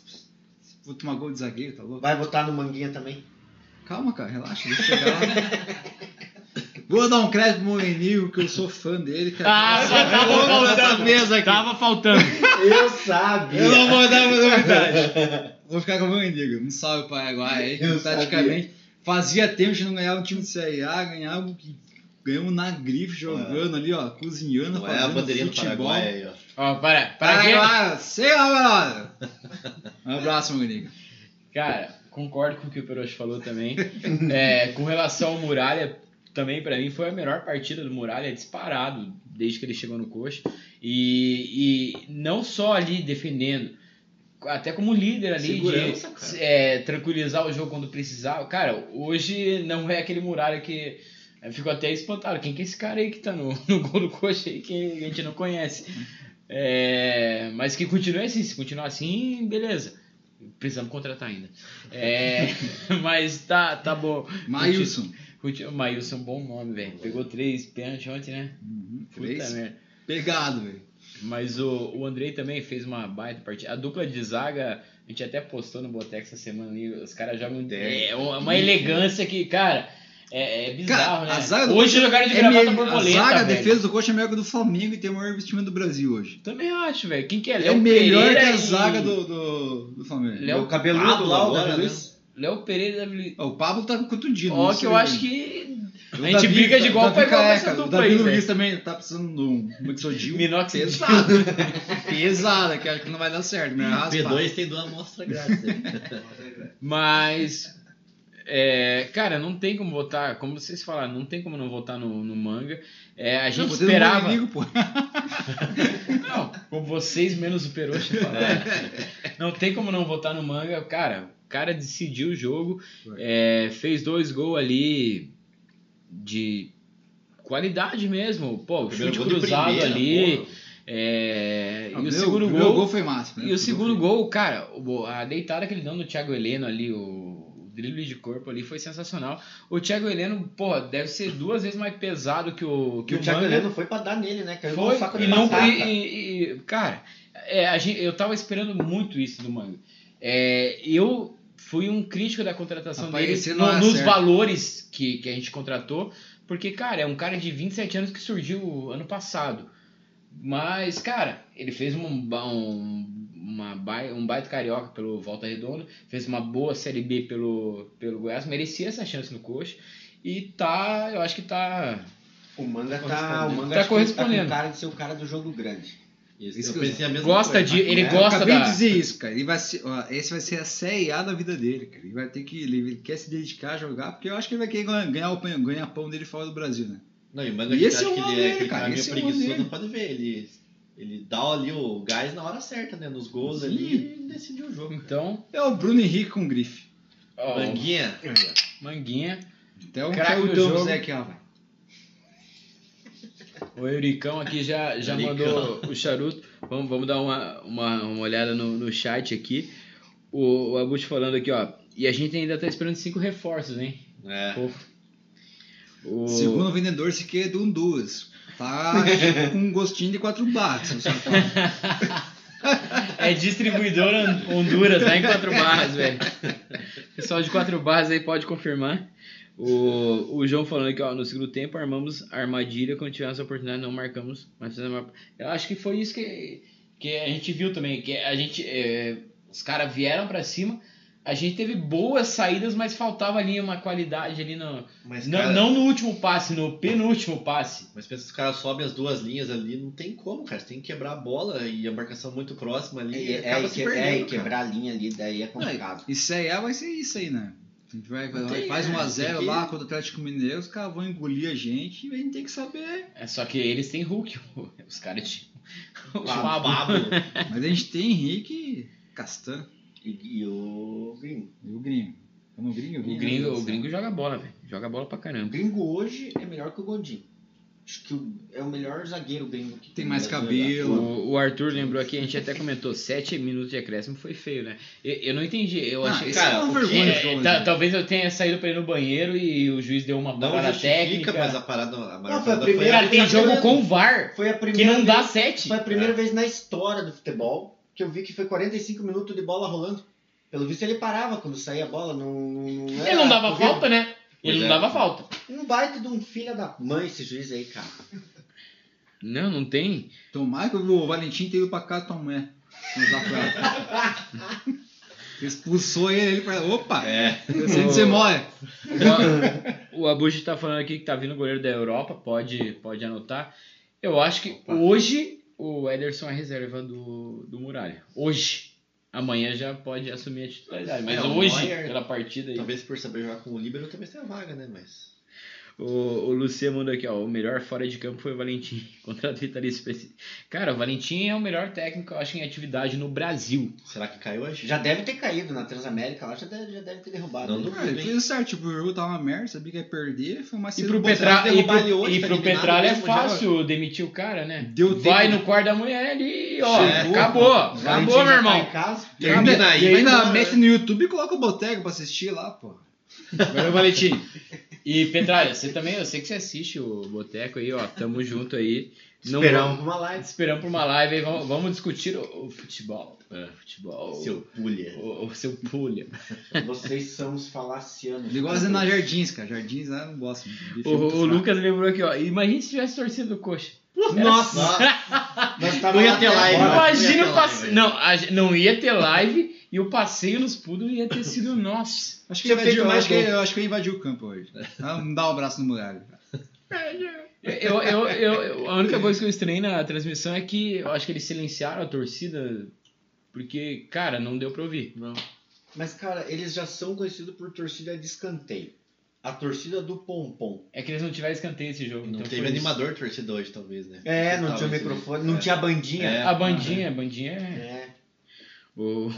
Speaker 2: Vou tomar gol de zagueiro, tá louco?
Speaker 4: Vai botar no Manguinha também.
Speaker 2: Calma, cara, relaxa, deixa eu chegar lá. Vou dar um crédito pro Moenil, que eu sou fã dele, cara.
Speaker 1: Ah, só tava
Speaker 2: Eu vou nessa
Speaker 1: faltando.
Speaker 2: mesa aqui.
Speaker 1: Tava faltando.
Speaker 4: Eu sabia.
Speaker 2: Eu não vou dar mais novidade. Vou ficar com o meu mendigo. Um salve para Araguaia aí,
Speaker 4: Eu
Speaker 2: que praticamente fazia tempo que a gente não ganhava um time de Série A, ganhava o que ganhamos na grife jogando ali, ó, cozinhando,
Speaker 3: É. Não é a
Speaker 2: fazendo
Speaker 3: bandeirinha do
Speaker 2: futebol.
Speaker 3: Paraguai aí, ó.
Speaker 1: Ó, para, para quem-
Speaker 2: Paraguai, sei lá, brother. Um abraço, meu mendigo.
Speaker 1: Cara, concordo com o que o Perotti falou também. É, com relação ao Muralha, também pra mim foi a melhor partida do Muralha disparado desde que ele chegou no coxa. E, e não só ali defendendo, até como líder ali
Speaker 3: Segurança,
Speaker 1: de é, tranquilizar o jogo quando precisar. Cara, hoje não é aquele Muralha que. eu Fico até espantado. Quem que é esse cara aí que tá no, no gol do coxa aí que a gente não conhece? É, mas que continue assim, se continuar assim, beleza. Precisamos contratar ainda. É, mas tá, tá bom.
Speaker 2: Mailson.
Speaker 1: Ruti- Maílson é um bom nome, velho. Pegou três pênaltis ontem, né?
Speaker 2: Uhum,
Speaker 1: Puta
Speaker 2: Três.
Speaker 1: merda.
Speaker 2: Pegado, velho.
Speaker 1: Mas o, o Andrei também fez uma baita partida. A dupla de zaga, a gente até postou no Botex essa semana ali. Os caras jogam
Speaker 3: Dez.
Speaker 1: é, uma uma elegância que, cara, é, é bizarro,
Speaker 2: Cara,
Speaker 1: né?
Speaker 2: a zaga do
Speaker 1: Hoje jogaram de
Speaker 2: É
Speaker 1: gravata
Speaker 2: melhor- a
Speaker 1: borboleta,
Speaker 2: zaga, a
Speaker 1: velho.
Speaker 2: defesa do coxa é melhor que a do Flamengo e tem o maior investimento do Brasil hoje.
Speaker 1: Também acho, velho. Quem que é?
Speaker 2: É,
Speaker 1: Léo
Speaker 2: melhor
Speaker 1: Pereira
Speaker 2: que a
Speaker 1: e-
Speaker 2: zaga do, do, do Flamengo.
Speaker 1: Léo
Speaker 3: O cabeludo lá, o
Speaker 4: Pablo
Speaker 3: Davi
Speaker 4: agora,
Speaker 3: Luiz.
Speaker 1: Léo Pereira deve...
Speaker 2: Ó, O Pablo tá contundido.
Speaker 1: Ó,
Speaker 2: não
Speaker 1: que
Speaker 2: sei
Speaker 1: eu acho
Speaker 2: bem.
Speaker 1: que
Speaker 2: O
Speaker 1: a gente briga de igual
Speaker 2: Davi
Speaker 1: pra igual com
Speaker 2: Careca,
Speaker 1: essa
Speaker 2: O
Speaker 1: dupla
Speaker 2: Davi
Speaker 1: aí,
Speaker 2: Luiz também tá precisando de um mixodil.
Speaker 1: Minoxidil.
Speaker 2: Pesado. Pesado, é que acho que não vai dar certo. Né? Raspa.
Speaker 3: P2 tem duas amostras grátis. aí.
Speaker 1: Mas, é, cara, não tem como votar, como vocês falaram, não tem como não votar no, no manga. É, a gente
Speaker 2: Não, vocês não
Speaker 1: esperava.
Speaker 2: me ligam, pô.
Speaker 1: Não, com vocês menos o Peroxa falaram.
Speaker 2: É.
Speaker 1: Não tem como não votar no manga. Cara, o cara decidiu o jogo,
Speaker 2: Foi.
Speaker 1: é, fez dois gols ali de qualidade mesmo. Pô, o
Speaker 3: Primeiro
Speaker 1: chute
Speaker 3: gol de
Speaker 1: cruzado
Speaker 3: primeira,
Speaker 1: ali.
Speaker 3: porra.
Speaker 1: é, e
Speaker 2: Ah, Meu,
Speaker 1: o segundo
Speaker 2: meu
Speaker 1: gol.
Speaker 2: foi máximo. né?
Speaker 1: E o
Speaker 2: Meu
Speaker 1: segundo
Speaker 2: foi-
Speaker 1: gol, cara, o- a deitada que ele deu no Thiago Heleno ali, o, o drible de corpo ali foi sensacional. O Thiago Heleno, porra, deve ser duas vezes mais pesado que o que
Speaker 4: Que
Speaker 1: o,
Speaker 4: o Thiago
Speaker 1: Manga.
Speaker 4: Heleno foi pra dar nele, né? Caiu no saco
Speaker 1: foi
Speaker 4: de
Speaker 1: e não
Speaker 4: batata.
Speaker 1: e, e- e- cara, é, a gente- eu tava esperando muito isso do Manga. É, eu fui um crítico da contratação
Speaker 2: Rapaz,
Speaker 1: dele
Speaker 2: esse
Speaker 1: no-
Speaker 2: não é
Speaker 1: nos
Speaker 2: certo.
Speaker 1: valores que, que a gente contratou, porque cara, é um cara de 27 anos que surgiu ano passado. Mas, cara, ele fez um, ba- um, uma, bai- um baita carioca pelo Volta Redonda, fez uma boa Série B pelo, pelo Goiás, merecia essa chance no coxa. E tá, eu acho que tá.
Speaker 4: O Manga tá.
Speaker 1: correspondendo.
Speaker 4: O manga
Speaker 1: Tá
Speaker 4: acho que ele Tá
Speaker 1: correspondendo.
Speaker 4: com cara de ser o cara do jogo grande.
Speaker 2: Isso
Speaker 3: Eu
Speaker 2: que eu-
Speaker 3: pensei a mesma
Speaker 1: Gosta
Speaker 3: coisa. É.
Speaker 1: de. Ele
Speaker 4: né?
Speaker 1: gosta
Speaker 2: Acabei
Speaker 1: da.
Speaker 2: de dizer isso, cara. Ele vai ser, ó, esse vai ser a Série A da vida dele, cara. Ele vai ter que. Ele ele quer se dedicar a jogar, porque eu acho que ele vai querer ganhar- ganhar o pão, ganhar pão dele fora do Brasil, né?
Speaker 3: Não, e o Manga,
Speaker 2: E esse
Speaker 3: acho
Speaker 2: é o
Speaker 3: que
Speaker 2: mal
Speaker 3: ele é
Speaker 2: dele,
Speaker 3: aquele
Speaker 2: cara,
Speaker 3: cara meio
Speaker 2: esse é o mal
Speaker 3: preguiçoso,
Speaker 2: dele.
Speaker 3: pode ver. Ele, ele dá ali o gás na hora certa, né? Nos gols ali e decide o jogo.
Speaker 1: Então,
Speaker 2: É o Bruno Henrique com grife.
Speaker 1: ó,
Speaker 3: Manguinha.
Speaker 1: Manguinha.
Speaker 2: Então,
Speaker 1: Craque né,
Speaker 2: o
Speaker 1: do
Speaker 2: Tom
Speaker 1: jogo.
Speaker 2: Zé aqui, ó.
Speaker 1: O Euricão aqui já, já
Speaker 3: Euricão.
Speaker 1: mandou o charuto. Vamos, vamos dar uma, uma, uma olhada no, no chat aqui. O, o Abut falando aqui, ó. E a gente ainda tá esperando cinco reforços, hein?
Speaker 3: É.
Speaker 1: Pô. O...
Speaker 2: Segundo o vendedor, se quer de Honduras. Tá com um gostinho de quatro barras. seu safado.
Speaker 1: É distribuidora Honduras, lá em Quatro Barras, velho. Pessoal de Quatro Barras aí pode confirmar. O, o João falando aqui, ó, no segundo tempo armamos a armadilha, quando tivemos a oportunidade não marcamos, mas fizemos uma... Eu acho que foi isso que, que a gente viu também, que a gente, é, os caras vieram pra cima, a gente teve boas saídas, mas faltava ali uma qualidade ali, no,
Speaker 3: Mas,
Speaker 1: não,
Speaker 3: cara,
Speaker 1: não no último passe, no penúltimo passe.
Speaker 3: mas pensa que os caras sobem as duas linhas ali, não tem como, cara. Você tem que quebrar a bola e a marcação muito próxima ali.
Speaker 4: É,
Speaker 3: e
Speaker 4: é,
Speaker 3: acaba
Speaker 4: e
Speaker 3: se
Speaker 4: que-
Speaker 3: perdendo,
Speaker 4: é, e
Speaker 3: cara.
Speaker 4: quebrar a linha ali, daí é complicado.
Speaker 2: E Série A vai ser isso aí, né? A gente vai,
Speaker 3: Não tem,
Speaker 2: faz
Speaker 3: né?
Speaker 2: um a zero
Speaker 3: Tem que-
Speaker 2: lá contra o Atlético Mineiro, os caras vão engolir a gente e a gente tem que saber.
Speaker 1: É só que eles têm Hulk, os caras tinham...
Speaker 3: Lá, Pablo.
Speaker 2: Mas a gente tem Henrique, Castan
Speaker 4: E, e o gringo.
Speaker 2: e o Gringo. É no Gringo?
Speaker 1: O gringo, o gringo joga bola, velho. Joga bola pra
Speaker 4: O
Speaker 1: caramba.
Speaker 4: gringo hoje é melhor que o Godinho. Acho que o- é o melhor zagueiro gringo. que
Speaker 2: Tem mais
Speaker 4: o Brasil
Speaker 2: cabelo.
Speaker 4: já
Speaker 1: O, o Arthur lembrou aqui, a gente até comentou, 7 minutos de acréscimo foi feio, né? Eu, eu não entendi, eu
Speaker 2: Ah,
Speaker 1: achei...
Speaker 2: isso
Speaker 1: Cara,
Speaker 3: cara,
Speaker 2: é uma
Speaker 3: o que
Speaker 2: vergonha.
Speaker 1: é,
Speaker 2: do jogo,
Speaker 1: ta-
Speaker 2: né?
Speaker 1: talvez eu tenha saído pra ir no banheiro e o juiz deu uma
Speaker 3: Não
Speaker 1: parada
Speaker 3: justifica,
Speaker 1: técnica.
Speaker 3: mas a parada... A marcada
Speaker 4: foi a
Speaker 3: da
Speaker 4: primeira-
Speaker 1: Cara, tem
Speaker 4: Tá
Speaker 1: jogo
Speaker 4: vendo?
Speaker 1: com VAR,
Speaker 4: Foi a
Speaker 1: que
Speaker 4: primeira
Speaker 1: não dá
Speaker 4: vez-
Speaker 1: 7.
Speaker 4: Foi a primeira vez na história do futebol que eu vi que foi 45 minutos de bola rolando. Pelo visto ele parava quando saía a bola. Não, não, não
Speaker 1: Ele
Speaker 4: era
Speaker 1: não dava
Speaker 4: corrida.
Speaker 1: falta, né? Ele
Speaker 3: Pois
Speaker 1: não
Speaker 3: é.
Speaker 1: dava falta.
Speaker 4: Um baita de um filho da mãe esse juiz aí, cara.
Speaker 1: Não, não tem.
Speaker 2: Tomara que o Valentim tenha ido pra casa da tua mulher. Nos dá pra- Expulsou ele, ele pra... Opa!
Speaker 3: É.
Speaker 2: Eu sei onde você mora.
Speaker 1: Então, O Abuji tá falando aqui que tá vindo goleiro da Europa, pode, pode anotar. Eu acho que hoje o Ederson é reserva do, do Muralha. Hoje. Amanhã já pode assumir a titularidade. Mas
Speaker 3: É, o
Speaker 1: hoje,
Speaker 3: Neuer-
Speaker 1: pela partida aí.
Speaker 3: Talvez por saber jogar com o Líbero, talvez tenha vaga, né? Mas.
Speaker 1: O, o Lucia mandou aqui, ó. O melhor fora de campo foi o Valentim. Contrato vitalício pra esse- Cara, o Valentim é o melhor técnico, eu acho, em atividade no Brasil.
Speaker 3: Será que caiu hoje?
Speaker 4: Já deve ter caído na Transamérica lá, já deve, já deve ter derrubado.
Speaker 3: Não
Speaker 4: ele.
Speaker 3: duvido.
Speaker 2: Ah, ele fez certo, tipo, o jogo tava uma merda, sabia que ia perder, foi uma
Speaker 1: E
Speaker 2: cedo
Speaker 1: pro,
Speaker 2: bom,
Speaker 1: Petra...
Speaker 2: sabe,
Speaker 1: e
Speaker 2: derrubar
Speaker 1: pro,
Speaker 2: ele hoje,
Speaker 1: e
Speaker 2: tá
Speaker 1: pro
Speaker 2: eliminado
Speaker 1: Petralha é
Speaker 2: mesmo, já.
Speaker 1: fácil demitir o cara, né?
Speaker 2: Deu
Speaker 1: Vai
Speaker 2: tempo.
Speaker 1: no quarto da mulher ali, ó.
Speaker 2: Chegou.
Speaker 1: Acabou,
Speaker 4: O
Speaker 1: acabou,
Speaker 4: Valentim
Speaker 1: meu
Speaker 4: já tá
Speaker 1: irmão.
Speaker 4: em casa.
Speaker 2: Termina aí, e
Speaker 3: vai
Speaker 2: ainda
Speaker 3: embora,
Speaker 2: mete
Speaker 3: né?
Speaker 2: no YouTube e coloca o Boteco pra assistir lá, pô.
Speaker 1: Valeu, Valentim. E Petralha, você também, eu sei que você assiste o Boteco aí, ó. Tamo junto aí. Não
Speaker 4: Esperamos
Speaker 1: vamos-
Speaker 4: uma live.
Speaker 1: Esperamos pra uma live aí. Vamos, vamos discutir o, o futebol. É, futebol.
Speaker 3: Seu pulha.
Speaker 1: O, o seu pulha.
Speaker 4: Vocês são os falacianos.
Speaker 2: Ele gosta de ir na Jardins, cara. Jardins, ah, não gosto. muito.
Speaker 1: O,
Speaker 2: Bife muito
Speaker 1: o
Speaker 2: fraco.
Speaker 1: Lucas lembrou aqui, ó. Imagina se tivesse torcido o coxa.
Speaker 2: Nossa!
Speaker 4: Nós
Speaker 3: Não
Speaker 4: tava
Speaker 3: ia
Speaker 4: lá
Speaker 3: ter
Speaker 4: até
Speaker 3: live,
Speaker 1: né?
Speaker 4: agora.
Speaker 3: mano. não ia
Speaker 1: É, Imagina
Speaker 3: ter
Speaker 1: o passeio.
Speaker 3: live.
Speaker 1: Não, a gen- não ia ter live e o passeio nos pudos ia ter sido nosso.
Speaker 2: Acho que,
Speaker 4: Tinha
Speaker 2: invadiu,
Speaker 4: feito
Speaker 2: eu acho, que,
Speaker 4: mais
Speaker 2: eu acho que eu invadi o campo hoje. Ah, Não dá um abraço no muralho.
Speaker 1: Eu, eu, eu, eu- a única coisa que eu estranhei na transmissão é que eu acho que eles silenciaram a torcida. Porque, cara, não deu pra ouvir. Não.
Speaker 4: Mas, cara, eles já são conhecidos por torcida de escanteio. A torcida do pompom.
Speaker 1: É que eles não tiveram escanteio esse jogo.
Speaker 3: Não
Speaker 1: então
Speaker 3: teve
Speaker 1: foi isso.
Speaker 3: animador torcida hoje, talvez, né?
Speaker 4: É, não
Speaker 3: Talvez
Speaker 4: tinha
Speaker 3: seja.
Speaker 4: microfone, não
Speaker 3: É.
Speaker 4: tinha bandinha.
Speaker 3: É.
Speaker 1: A bandinha, a bandinha é.
Speaker 4: É.
Speaker 1: O,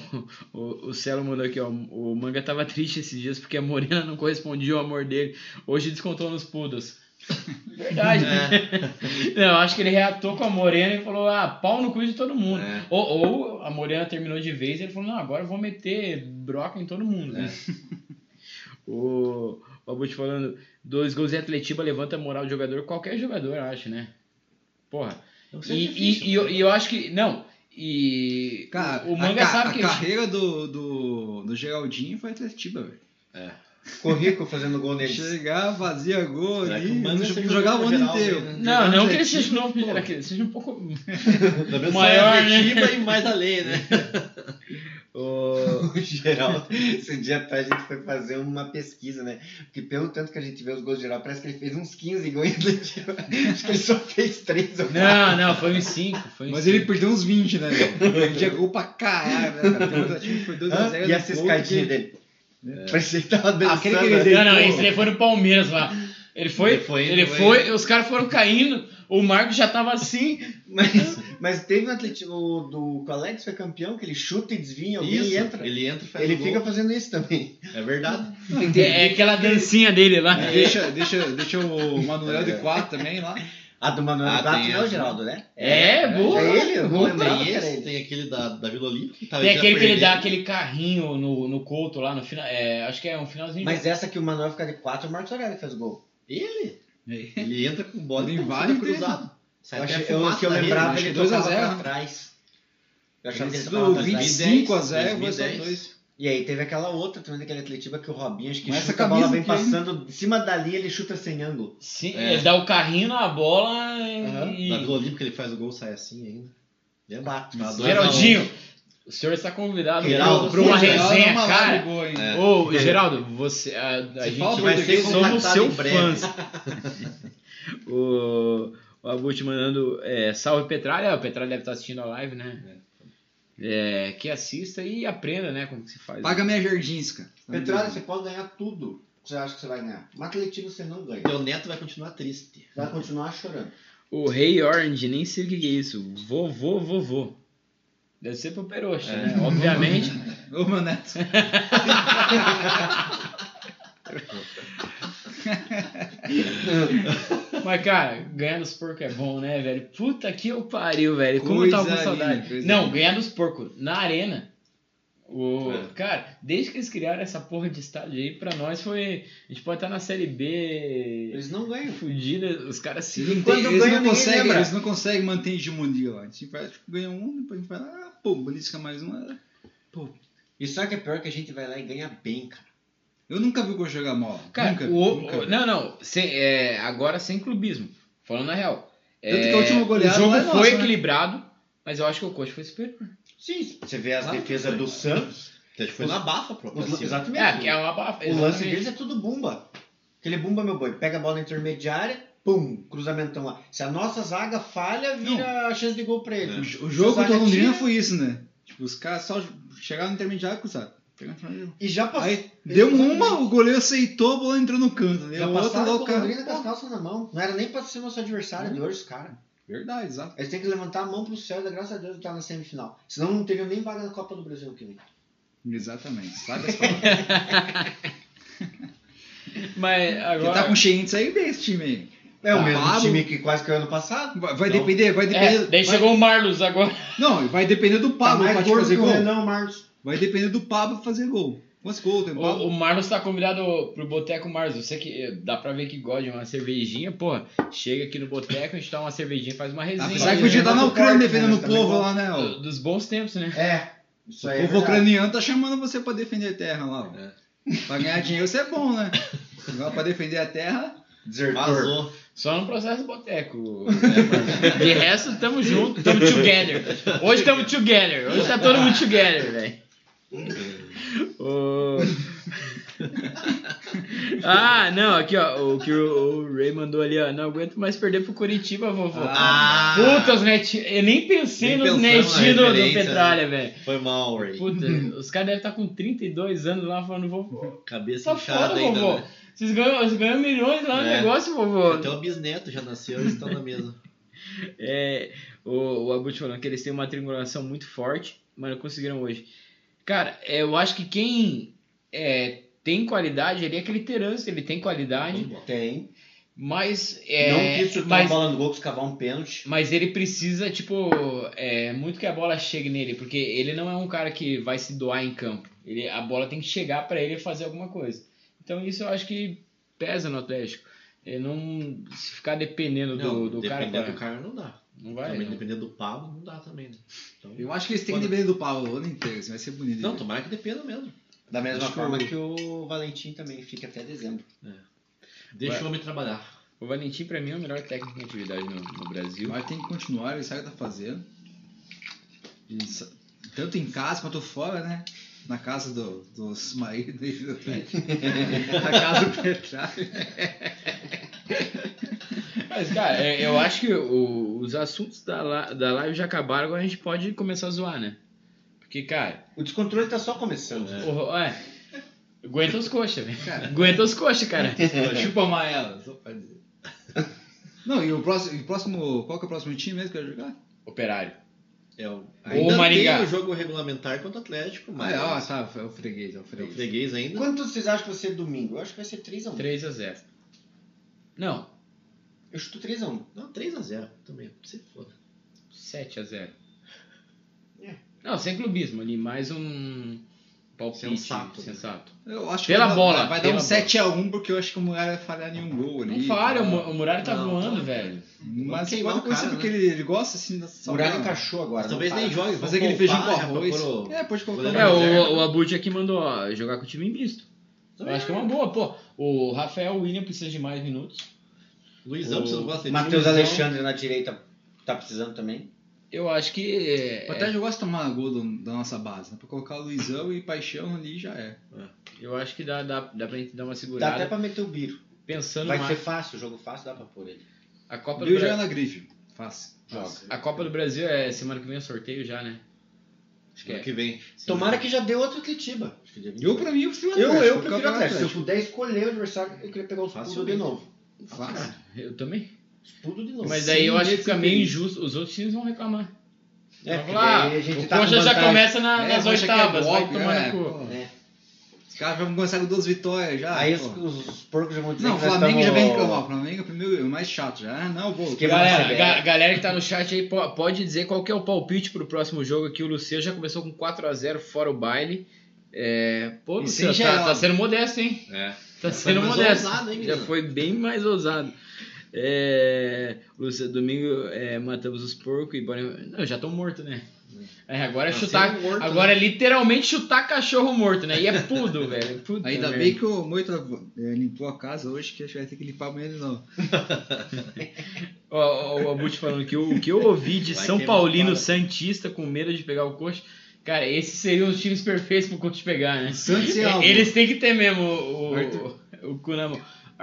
Speaker 1: o, o Celo mandou aqui, ó. O manga tava triste esses dias porque a Morena não correspondia ao amor dele. Hoje descontou nos pudos. Verdade, né? Não, acho que ele reatou com a Morena e falou: ah, pau no cu de todo mundo.
Speaker 3: É.
Speaker 1: Ou, ou a Morena terminou de vez e ele falou: não, agora eu vou meter broca em todo mundo. né?"
Speaker 3: É.
Speaker 1: O o Abut falando: dois gols em Atletiba levanta a moral do jogador, qualquer jogador, eu acho, né? Porra.
Speaker 2: um
Speaker 3: Não sei,
Speaker 1: E,
Speaker 3: é difícil,
Speaker 1: e, e eu, e eu acho que. Não. E.
Speaker 2: né? Cara,
Speaker 1: o o manga
Speaker 2: a, ca-
Speaker 1: sabe
Speaker 2: a
Speaker 1: que.
Speaker 2: carreira do, do, do Geraldinho foi Atletiba, velho.
Speaker 4: Corrico fazendo gol neles.
Speaker 2: Chegava, fazia gol
Speaker 3: Será que
Speaker 2: ali,
Speaker 3: o Manga
Speaker 2: tipo,
Speaker 3: seja
Speaker 2: jogava o ano
Speaker 3: geral,
Speaker 2: inteiro.
Speaker 3: né?
Speaker 1: Não, não que ele
Speaker 2: Atletiba,
Speaker 1: seja novo,
Speaker 2: pô.
Speaker 1: que ele seja um pouco.
Speaker 3: Pelo menos
Speaker 1: Maior,
Speaker 3: só a Curitiba e mais além, né?
Speaker 4: O Geraldo, esse dia atrás a gente foi fazer uma pesquisa, né? Porque pelo tanto que a gente vê os gols de Geraldo, parece que ele fez uns 15 gols. Acho que ele só fez 3 ou 4.
Speaker 1: Não, não, foi um uns 5.
Speaker 2: Mas ele perdeu uns 20, né, velho? Perdia gol pra caralho, né, cara? Tem outro time que foi 2 a 0
Speaker 4: E essa escadinha dele? Parecia que tava
Speaker 2: Ah, aquele que
Speaker 4: dançando.
Speaker 2: ele
Speaker 4: né?
Speaker 2: deu.
Speaker 1: Não, não, esse ele foi no Palmeiras lá. Ele foi, ele
Speaker 3: Ele
Speaker 1: foi,
Speaker 3: foi,
Speaker 1: ele
Speaker 3: foi.
Speaker 1: foi, os caras foram caindo, o Marcos já tava assim.
Speaker 4: Mas, mas teve um atletivo o do que o Alex foi campeão, que ele chuta e desvinha alguém
Speaker 3: Isso,
Speaker 4: e entra. Ele,
Speaker 3: Ele entra e faz o gol.
Speaker 4: fica fazendo isso também.
Speaker 3: É verdade.
Speaker 1: É, é aquela dancinha dele lá.
Speaker 3: É.
Speaker 2: Deixa, deixa, deixa o Manuel de 4 também lá.
Speaker 4: A do Manuel
Speaker 3: Ah,
Speaker 4: Gato
Speaker 3: tem
Speaker 4: não é o
Speaker 3: essa.
Speaker 4: Geraldo, né?
Speaker 1: É, boa.
Speaker 4: É ele? Eu não
Speaker 1: Boa.
Speaker 4: lembrava que
Speaker 3: Tem
Speaker 4: era
Speaker 3: esse,
Speaker 4: ele.
Speaker 3: tem aquele da, da Vila Olímpica. que
Speaker 1: Tem
Speaker 3: talvez
Speaker 1: aquele
Speaker 3: É, já
Speaker 1: que ele dá
Speaker 3: perdeu.
Speaker 1: aquele carrinho no, no couto lá no final. é, acho que é um finalzinho. de-
Speaker 4: Mas essa que o Manuel fica de 4, o Marcos Aurélio faz o gol.
Speaker 3: Ele? Ele entra com bola
Speaker 2: Ele
Speaker 3: e
Speaker 2: invade o
Speaker 3: cruzado. Sai
Speaker 4: Eu
Speaker 3: até
Speaker 4: achei-
Speaker 3: a
Speaker 4: eu,
Speaker 3: fumaça
Speaker 4: que eu
Speaker 3: da rede,
Speaker 4: lembrava,
Speaker 2: acho
Speaker 4: ele
Speaker 2: que dois a
Speaker 4: tocava
Speaker 2: zero.
Speaker 4: pra trás. Eu achava que ele
Speaker 2: Esse
Speaker 1: tá
Speaker 4: tocava
Speaker 2: do
Speaker 4: pra trás.
Speaker 2: 25 a 0 foi só
Speaker 3: 2010.
Speaker 2: 2.
Speaker 4: E aí teve aquela outra também daquele atletiba que o Robinho, acho que
Speaker 2: Com essa
Speaker 4: chuta, a bola
Speaker 2: camisa
Speaker 4: vem
Speaker 2: que ele-
Speaker 4: passando. Em cima dali ele chuta sem ângulo.
Speaker 1: Sim,
Speaker 3: É.
Speaker 1: ele dá o carrinho na bola
Speaker 4: Aham.
Speaker 1: e.
Speaker 3: Da Vila Olímpica ele faz o gol, sai assim ainda. Lembra?
Speaker 4: Bato.
Speaker 3: Tá dois a um.
Speaker 1: Geraldinho, o senhor está convidado
Speaker 3: Geraldo,
Speaker 1: para uma
Speaker 3: sim, Geraldo
Speaker 1: resenha,
Speaker 2: é uma
Speaker 1: cara.
Speaker 2: Boa, hein?
Speaker 3: É.
Speaker 1: Ô, Geraldo, você, a, a
Speaker 2: Se
Speaker 1: gente
Speaker 2: fala
Speaker 1: vai ser
Speaker 2: português,
Speaker 4: um
Speaker 1: somos
Speaker 3: contactado
Speaker 1: seu
Speaker 3: em breve.
Speaker 1: fãs. o, o Abut mandando é, salve Petralha. O Petralha deve estar assistindo a live, né? É, que assista e aprenda, né? Como que se faz.
Speaker 2: Paga minha Jardins, cara.
Speaker 4: Petróleo, você pode ganhar tudo que você acha que você vai ganhar. Mas atletivo você não ganha.
Speaker 3: Teu neto vai continuar triste.
Speaker 4: Vai continuar chorando.
Speaker 1: O Rei Orange, nem sei o que que é isso. Vovô, vovô. Deve ser pro Peroxa,
Speaker 3: É.
Speaker 1: né? Obviamente.
Speaker 2: Ô, meu neto.
Speaker 1: Mas, cara, ganhar dos porcos é bom, né, velho? Puta que eu pariu, velho. Como eu tava com
Speaker 2: Coisa
Speaker 1: saudade.
Speaker 2: linda, coisa
Speaker 1: Não,
Speaker 2: linda.
Speaker 1: ganhar dos porcos na arena. O,
Speaker 3: É.
Speaker 1: Cara, desde que eles criaram essa porra de estádio aí, pra nós foi. A gente pode estar na série B
Speaker 4: Eles não ganham.
Speaker 1: fudida, os caras se.
Speaker 2: Eles não,
Speaker 4: quando
Speaker 2: têm- eles
Speaker 4: ganha,
Speaker 2: não
Speaker 4: ninguém né,
Speaker 2: conseguem,
Speaker 4: lembra.
Speaker 2: eles não conseguem manter hegemonia lá. A gente vai, tipo, ganha um, depois a gente fala, ah, pô, belisca mais uma.
Speaker 4: E sabe que é pior que a gente vai lá e ganha bem, cara.
Speaker 2: Eu nunca vi o Gol jogar mal.
Speaker 1: Cara,
Speaker 2: nunca,
Speaker 1: o-
Speaker 2: nunca
Speaker 1: o-
Speaker 2: vi.
Speaker 1: não, não. sem- é, agora sem clubismo. Falando na real.
Speaker 2: Tanto que a
Speaker 1: É,
Speaker 2: última goleada
Speaker 1: o jogo
Speaker 2: não é
Speaker 1: foi
Speaker 2: nossa, né?
Speaker 1: equilibrado, mas eu acho que o coach foi superior.
Speaker 4: Sim, você vê as
Speaker 2: Claro que
Speaker 4: defesas
Speaker 2: foi.
Speaker 4: do Santos.
Speaker 3: Atlético foi na bafa, pô. pra
Speaker 4: Os-
Speaker 3: cima.
Speaker 4: exatamente.
Speaker 1: É, que é uma bafa.
Speaker 4: O lance
Speaker 1: exatamente.
Speaker 4: deles é tudo bumba. Aquele é bumba, meu boi. Pega a bola na intermediária, pum, cruzamento lá. Se a nossa zaga falha, vira a chance de gol pra
Speaker 2: O,
Speaker 4: ele.
Speaker 2: j- o jogo
Speaker 4: Zaga
Speaker 2: contra o Londrina
Speaker 4: tira.
Speaker 2: foi isso, né? Tipo, os caras só chegaram no intermediário e cruzaram. Pegaram no intermediário.
Speaker 4: E já passou.
Speaker 2: Aí deu uma, o goleiro aceitou, a bola entrou no canto.
Speaker 4: Já
Speaker 2: Deu outra,
Speaker 4: passaram
Speaker 2: lá
Speaker 4: com
Speaker 2: o
Speaker 4: o
Speaker 2: cara.
Speaker 4: Londrina com as calças na mão. Não era nem pra ser nosso adversário
Speaker 2: Uhum.
Speaker 4: de hoje, os caras.
Speaker 2: Verdade, exato.
Speaker 4: Eles têm que levantar a mão pro céu, e graças a Deus tá na semifinal. Senão não teriam nem vaga na Copa do Brasil né? que vem.
Speaker 2: Exatamente. Sabe as palavras.
Speaker 1: Mas
Speaker 2: Quem
Speaker 1: agora.
Speaker 2: tá com cheinho de sair bem esse time aí.
Speaker 4: É o
Speaker 2: Tá
Speaker 4: mesmo
Speaker 2: claro.
Speaker 4: time que quase caiu ano passado.
Speaker 2: Vai, vai
Speaker 3: Não.
Speaker 2: depender, vai
Speaker 1: É,
Speaker 2: depender.
Speaker 1: daí
Speaker 2: vai-
Speaker 1: chegou o Marlos agora.
Speaker 2: Não, vai depender do
Speaker 4: Tá
Speaker 2: Pablo
Speaker 4: mais
Speaker 2: pra te
Speaker 4: gordo
Speaker 2: fazer
Speaker 4: que o
Speaker 2: gol.
Speaker 4: Renan Martins.
Speaker 2: Vai depender do Pablo fazer gol. Quantos gols tem o Pablo?
Speaker 1: O, o Marlos tá convidado pro Boteco Marlos. Você que eh, dá pra ver que gosta de uma cervejinha, porra. Chega aqui no Boteco, a gente dá uma cervejinha, faz uma resenha.
Speaker 2: Apesar que
Speaker 4: o
Speaker 2: podia
Speaker 1: tá
Speaker 2: estar na
Speaker 4: Renato
Speaker 2: Ucrânia
Speaker 4: Porte, né,
Speaker 2: defendendo o
Speaker 4: também
Speaker 2: povo
Speaker 4: bom.
Speaker 2: lá, né? ó.
Speaker 1: Do- Dos bons tempos, né?
Speaker 4: É. Isso aí.
Speaker 2: o
Speaker 4: É
Speaker 2: povo
Speaker 4: verdade.
Speaker 2: ucraniano tá chamando você pra defender a terra lá. ó. Pra ganhar dinheiro você é bom, né? Agora pra defender a terra.
Speaker 4: Desertor.
Speaker 3: Vazou.
Speaker 1: Só no processo Boteco. né, Marlos? De resto, tamo junto, tamo together. Hoje tamo together. Hoje tá todo mundo together, velho. Ô. Ah, não, aqui ó, o que o, o Ray mandou ali, ó. Não aguento mais perder pro Curitiba, vovô.
Speaker 3: Ah,
Speaker 1: Puta, os netinhos. Eu nem pensei
Speaker 3: Nem
Speaker 1: nos
Speaker 3: pensamos na
Speaker 1: netinhos do, do
Speaker 3: referência, né?
Speaker 1: Petralha, velho.
Speaker 3: foi mal, Ray.
Speaker 1: Puta, os caras devem estar com 32 anos lá falando, vovô.
Speaker 3: Cabeça
Speaker 1: Tá
Speaker 3: inchada
Speaker 1: foda,
Speaker 3: ainda.
Speaker 1: vovô.
Speaker 3: né?
Speaker 1: Vocês ganham, vocês ganham milhões lá no
Speaker 3: É.
Speaker 1: negócio, vovô.
Speaker 3: Até o bisneto já nasceu e está na mesa.
Speaker 1: É, o, o Abut falando que eles têm uma triangulação muito forte, mas não conseguiram hoje. Cara, é, eu acho que quem é, tem qualidade ali é aquele Terence, ele tem qualidade,
Speaker 4: Tem.
Speaker 1: mas. É,
Speaker 4: não quis
Speaker 3: tá
Speaker 4: chutar
Speaker 1: mas
Speaker 4: a bola no gol, quis cavar um pênalti.
Speaker 1: Mas ele precisa, tipo, é, muito que a bola chegue nele, porque ele não é um cara que vai se doar em campo. Ele, a bola tem que chegar pra ele fazer alguma coisa. Então isso eu acho que pesa no Atlético. Ele não se ficar dependendo
Speaker 3: Não,
Speaker 1: do, do cara,
Speaker 3: depender
Speaker 1: pra-
Speaker 3: do cara não dá.
Speaker 1: não vai. né?
Speaker 3: também
Speaker 1: não.
Speaker 3: depender do Pablo não dá também, né? Então,
Speaker 2: Eu acho que eles têm que
Speaker 3: Foda.
Speaker 2: depender do Pablo o ano inteiro. Isso vai ser bonito.
Speaker 3: Não,
Speaker 1: Então,
Speaker 2: né?
Speaker 3: tomara que dependa mesmo.
Speaker 4: Da mesma
Speaker 3: Acho que
Speaker 4: forma
Speaker 3: o-
Speaker 4: que o Valentim também fica até dezembro.
Speaker 3: Deixa
Speaker 1: Vai.
Speaker 3: o homem trabalhar.
Speaker 1: O Valentim pra mim é o melhor técnico em atividade no, no Brasil.
Speaker 2: Mas tem que continuar, ele sabe o que tá fazendo. Ele sa- Tanto em casa quanto fora, né? Na casa do, dos maridos e do Na casa do Petralha.
Speaker 1: Mas, cara, é- eu acho que o- os assuntos da, la- da live já acabaram, agora a gente pode começar a zoar, né? Porque, cara,
Speaker 4: O descontrole tá só começando.
Speaker 3: É.
Speaker 1: o- é, aguenta os coxas, velho.
Speaker 2: Cara.
Speaker 1: Aguenta os coxas, cara.
Speaker 2: Chupa amarelo, só pra dizer. Não, e o próximo, e o próximo. Qual que é o próximo time mesmo que vai jogar?
Speaker 1: Operário.
Speaker 3: É o...
Speaker 2: Ô,
Speaker 3: Ainda
Speaker 1: Maringá.
Speaker 3: tem o jogo regulamentar contra o Atlético,
Speaker 2: Ah,
Speaker 3: mas
Speaker 2: é, ó, tá, é o freguês, é o
Speaker 3: é o
Speaker 2: freguês.
Speaker 3: freguês ainda.
Speaker 4: Quanto vocês acham que vai ser domingo? Eu acho que vai ser 3x1.
Speaker 1: 3 a 0 Não,
Speaker 4: Eu chuto 3x1.
Speaker 3: Não, 3x0 também. Você foda.
Speaker 1: 7 a 0
Speaker 4: É.
Speaker 1: Não, sem clubismo ali, mais um palpite sensato.
Speaker 3: Sensato.
Speaker 2: Eu acho
Speaker 1: Pela
Speaker 2: vai dar-
Speaker 1: bola,
Speaker 2: Vai dar
Speaker 1: pela
Speaker 2: um 7x1, porque eu acho que o Muralha vai falhar nenhum gol
Speaker 1: Não
Speaker 2: ali.
Speaker 1: falha, o Mu- o Muralho tá
Speaker 3: Não,
Speaker 1: voando,
Speaker 3: tá-
Speaker 1: velho.
Speaker 2: Mas
Speaker 3: Não
Speaker 2: queimar
Speaker 3: queimar o
Speaker 2: coisa
Speaker 3: cara,
Speaker 2: porque
Speaker 3: né?
Speaker 2: ele, ele gosta assim da
Speaker 4: O Muralha
Speaker 2: salgada.
Speaker 4: encaixou agora.
Speaker 3: Talvez
Speaker 4: não
Speaker 3: nem
Speaker 4: para.
Speaker 3: jogue.
Speaker 2: Fazer aquele
Speaker 3: vamos
Speaker 2: feijão com
Speaker 3: poupar, já
Speaker 2: arroz.
Speaker 3: procurou-
Speaker 2: É, pode colocar.
Speaker 3: Goleiro
Speaker 1: É,
Speaker 3: reserva.
Speaker 1: o, o Abud aqui mandou ó, jogar com o time misto. Eu acho que é uma boa, pô. O Rafael William precisa de mais minutos.
Speaker 3: Luizão,
Speaker 1: O
Speaker 3: você não gosta de
Speaker 4: Matheus
Speaker 2: um
Speaker 3: Luizão.
Speaker 4: Alexandre na direita tá precisando também.
Speaker 1: Eu acho que. é,
Speaker 2: Até eu gosto de tomar gol do- da nossa base, né? Pra colocar o Luizão e Paixão ali já é.
Speaker 1: eu acho que dá, dá, dá pra gente dar uma
Speaker 4: Dá
Speaker 1: segurada.
Speaker 4: até pra meter o Biro.
Speaker 1: Pensando
Speaker 4: Vai
Speaker 1: mais.
Speaker 4: ser fácil, jogo fácil, dá pra pôr ele.
Speaker 1: A Copa, do
Speaker 2: Viu
Speaker 1: Bra-
Speaker 2: já na grife. Fácil. fácil.
Speaker 1: a Copa do Brasil é semana que vem o sorteio já, né? Acho que
Speaker 3: Semana
Speaker 1: é.
Speaker 3: que vem.
Speaker 4: Tomara que já dê outro Atletiba.
Speaker 3: Acho que dia
Speaker 2: Eu,
Speaker 3: 28.
Speaker 2: pra mim, eu prefiro o
Speaker 4: Eu, eu
Speaker 2: vou ficar
Speaker 4: prefiro o
Speaker 2: com
Speaker 4: Atlético. Se eu puder escolher o adversário, eu queria pegar o escudo
Speaker 3: Facilmente.
Speaker 4: de novo.
Speaker 2: Fácil.
Speaker 1: Ah, Eu também.
Speaker 4: Escudo de novo.
Speaker 1: Mas aí eu acho que
Speaker 2: esse
Speaker 1: fica meio
Speaker 2: tem.
Speaker 1: injusto. Os outros times vão reclamar.
Speaker 4: É,
Speaker 1: Vão
Speaker 4: porque
Speaker 1: falar,
Speaker 4: daí a gente
Speaker 1: "Ah, o
Speaker 4: tá com
Speaker 1: Coxa já
Speaker 4: vantagem."
Speaker 1: começa na-
Speaker 2: É,
Speaker 1: Ah, nas
Speaker 2: acha que é
Speaker 1: oitavas, vai
Speaker 2: golpe,
Speaker 1: tomar
Speaker 2: é,
Speaker 1: no cu.
Speaker 2: pô.
Speaker 4: É.
Speaker 2: Os caras vão começar com duas vitórias já.
Speaker 4: Aí os,
Speaker 2: pô.
Speaker 4: os porcos já vão dizer
Speaker 2: Não, o
Speaker 4: que nós
Speaker 2: Flamengo já vem
Speaker 4: tamo-
Speaker 2: reclamar. O Flamengo é o primeiro, é o mais chato já. Ah, não, vou.
Speaker 4: Esquema
Speaker 2: vou-
Speaker 1: Galera,
Speaker 4: Nossa,
Speaker 1: ga-
Speaker 4: velho.
Speaker 1: galera que tá no chat aí, po- pode dizer qual que é o palpite pro próximo jogo aqui. O Luciano já começou com 4x0 fora o baile. É, pô,
Speaker 2: E
Speaker 1: Luciano,
Speaker 2: sem
Speaker 1: tá,
Speaker 2: geral.
Speaker 1: tá sendo modesto, hein?
Speaker 3: É.
Speaker 1: Tá
Speaker 3: Foi
Speaker 1: sendo
Speaker 3: mais
Speaker 1: modesto.
Speaker 3: ousado, hein,
Speaker 1: já
Speaker 3: menino?
Speaker 1: foi bem mais ousado. É, Luciano, domingo é, matamos os porcos e bora. Não, já estão mortos, né? É, agora é
Speaker 3: Tá
Speaker 1: chutar.
Speaker 3: sendo morto,
Speaker 1: agora é literalmente chutar cachorro morto, né? E é pudo, velho. Puta
Speaker 2: Ainda
Speaker 1: merda.
Speaker 2: bem que o Moita eh, limpou a casa hoje, que acho que vai ter que limpar amanhã de novo.
Speaker 1: Ó, ó, o Abut falando que o, o que eu ouvi de
Speaker 3: Vai
Speaker 1: São
Speaker 3: queimar
Speaker 1: Paulino
Speaker 3: fora.
Speaker 1: Santista com medo de pegar o coxa Cara, esses seriam os times perfeitos pro Conte pegar, né?
Speaker 2: Santos e
Speaker 1: E-
Speaker 2: Alba.
Speaker 1: Eles têm que ter mesmo o, o,
Speaker 2: Arthur.
Speaker 1: o cu na mão.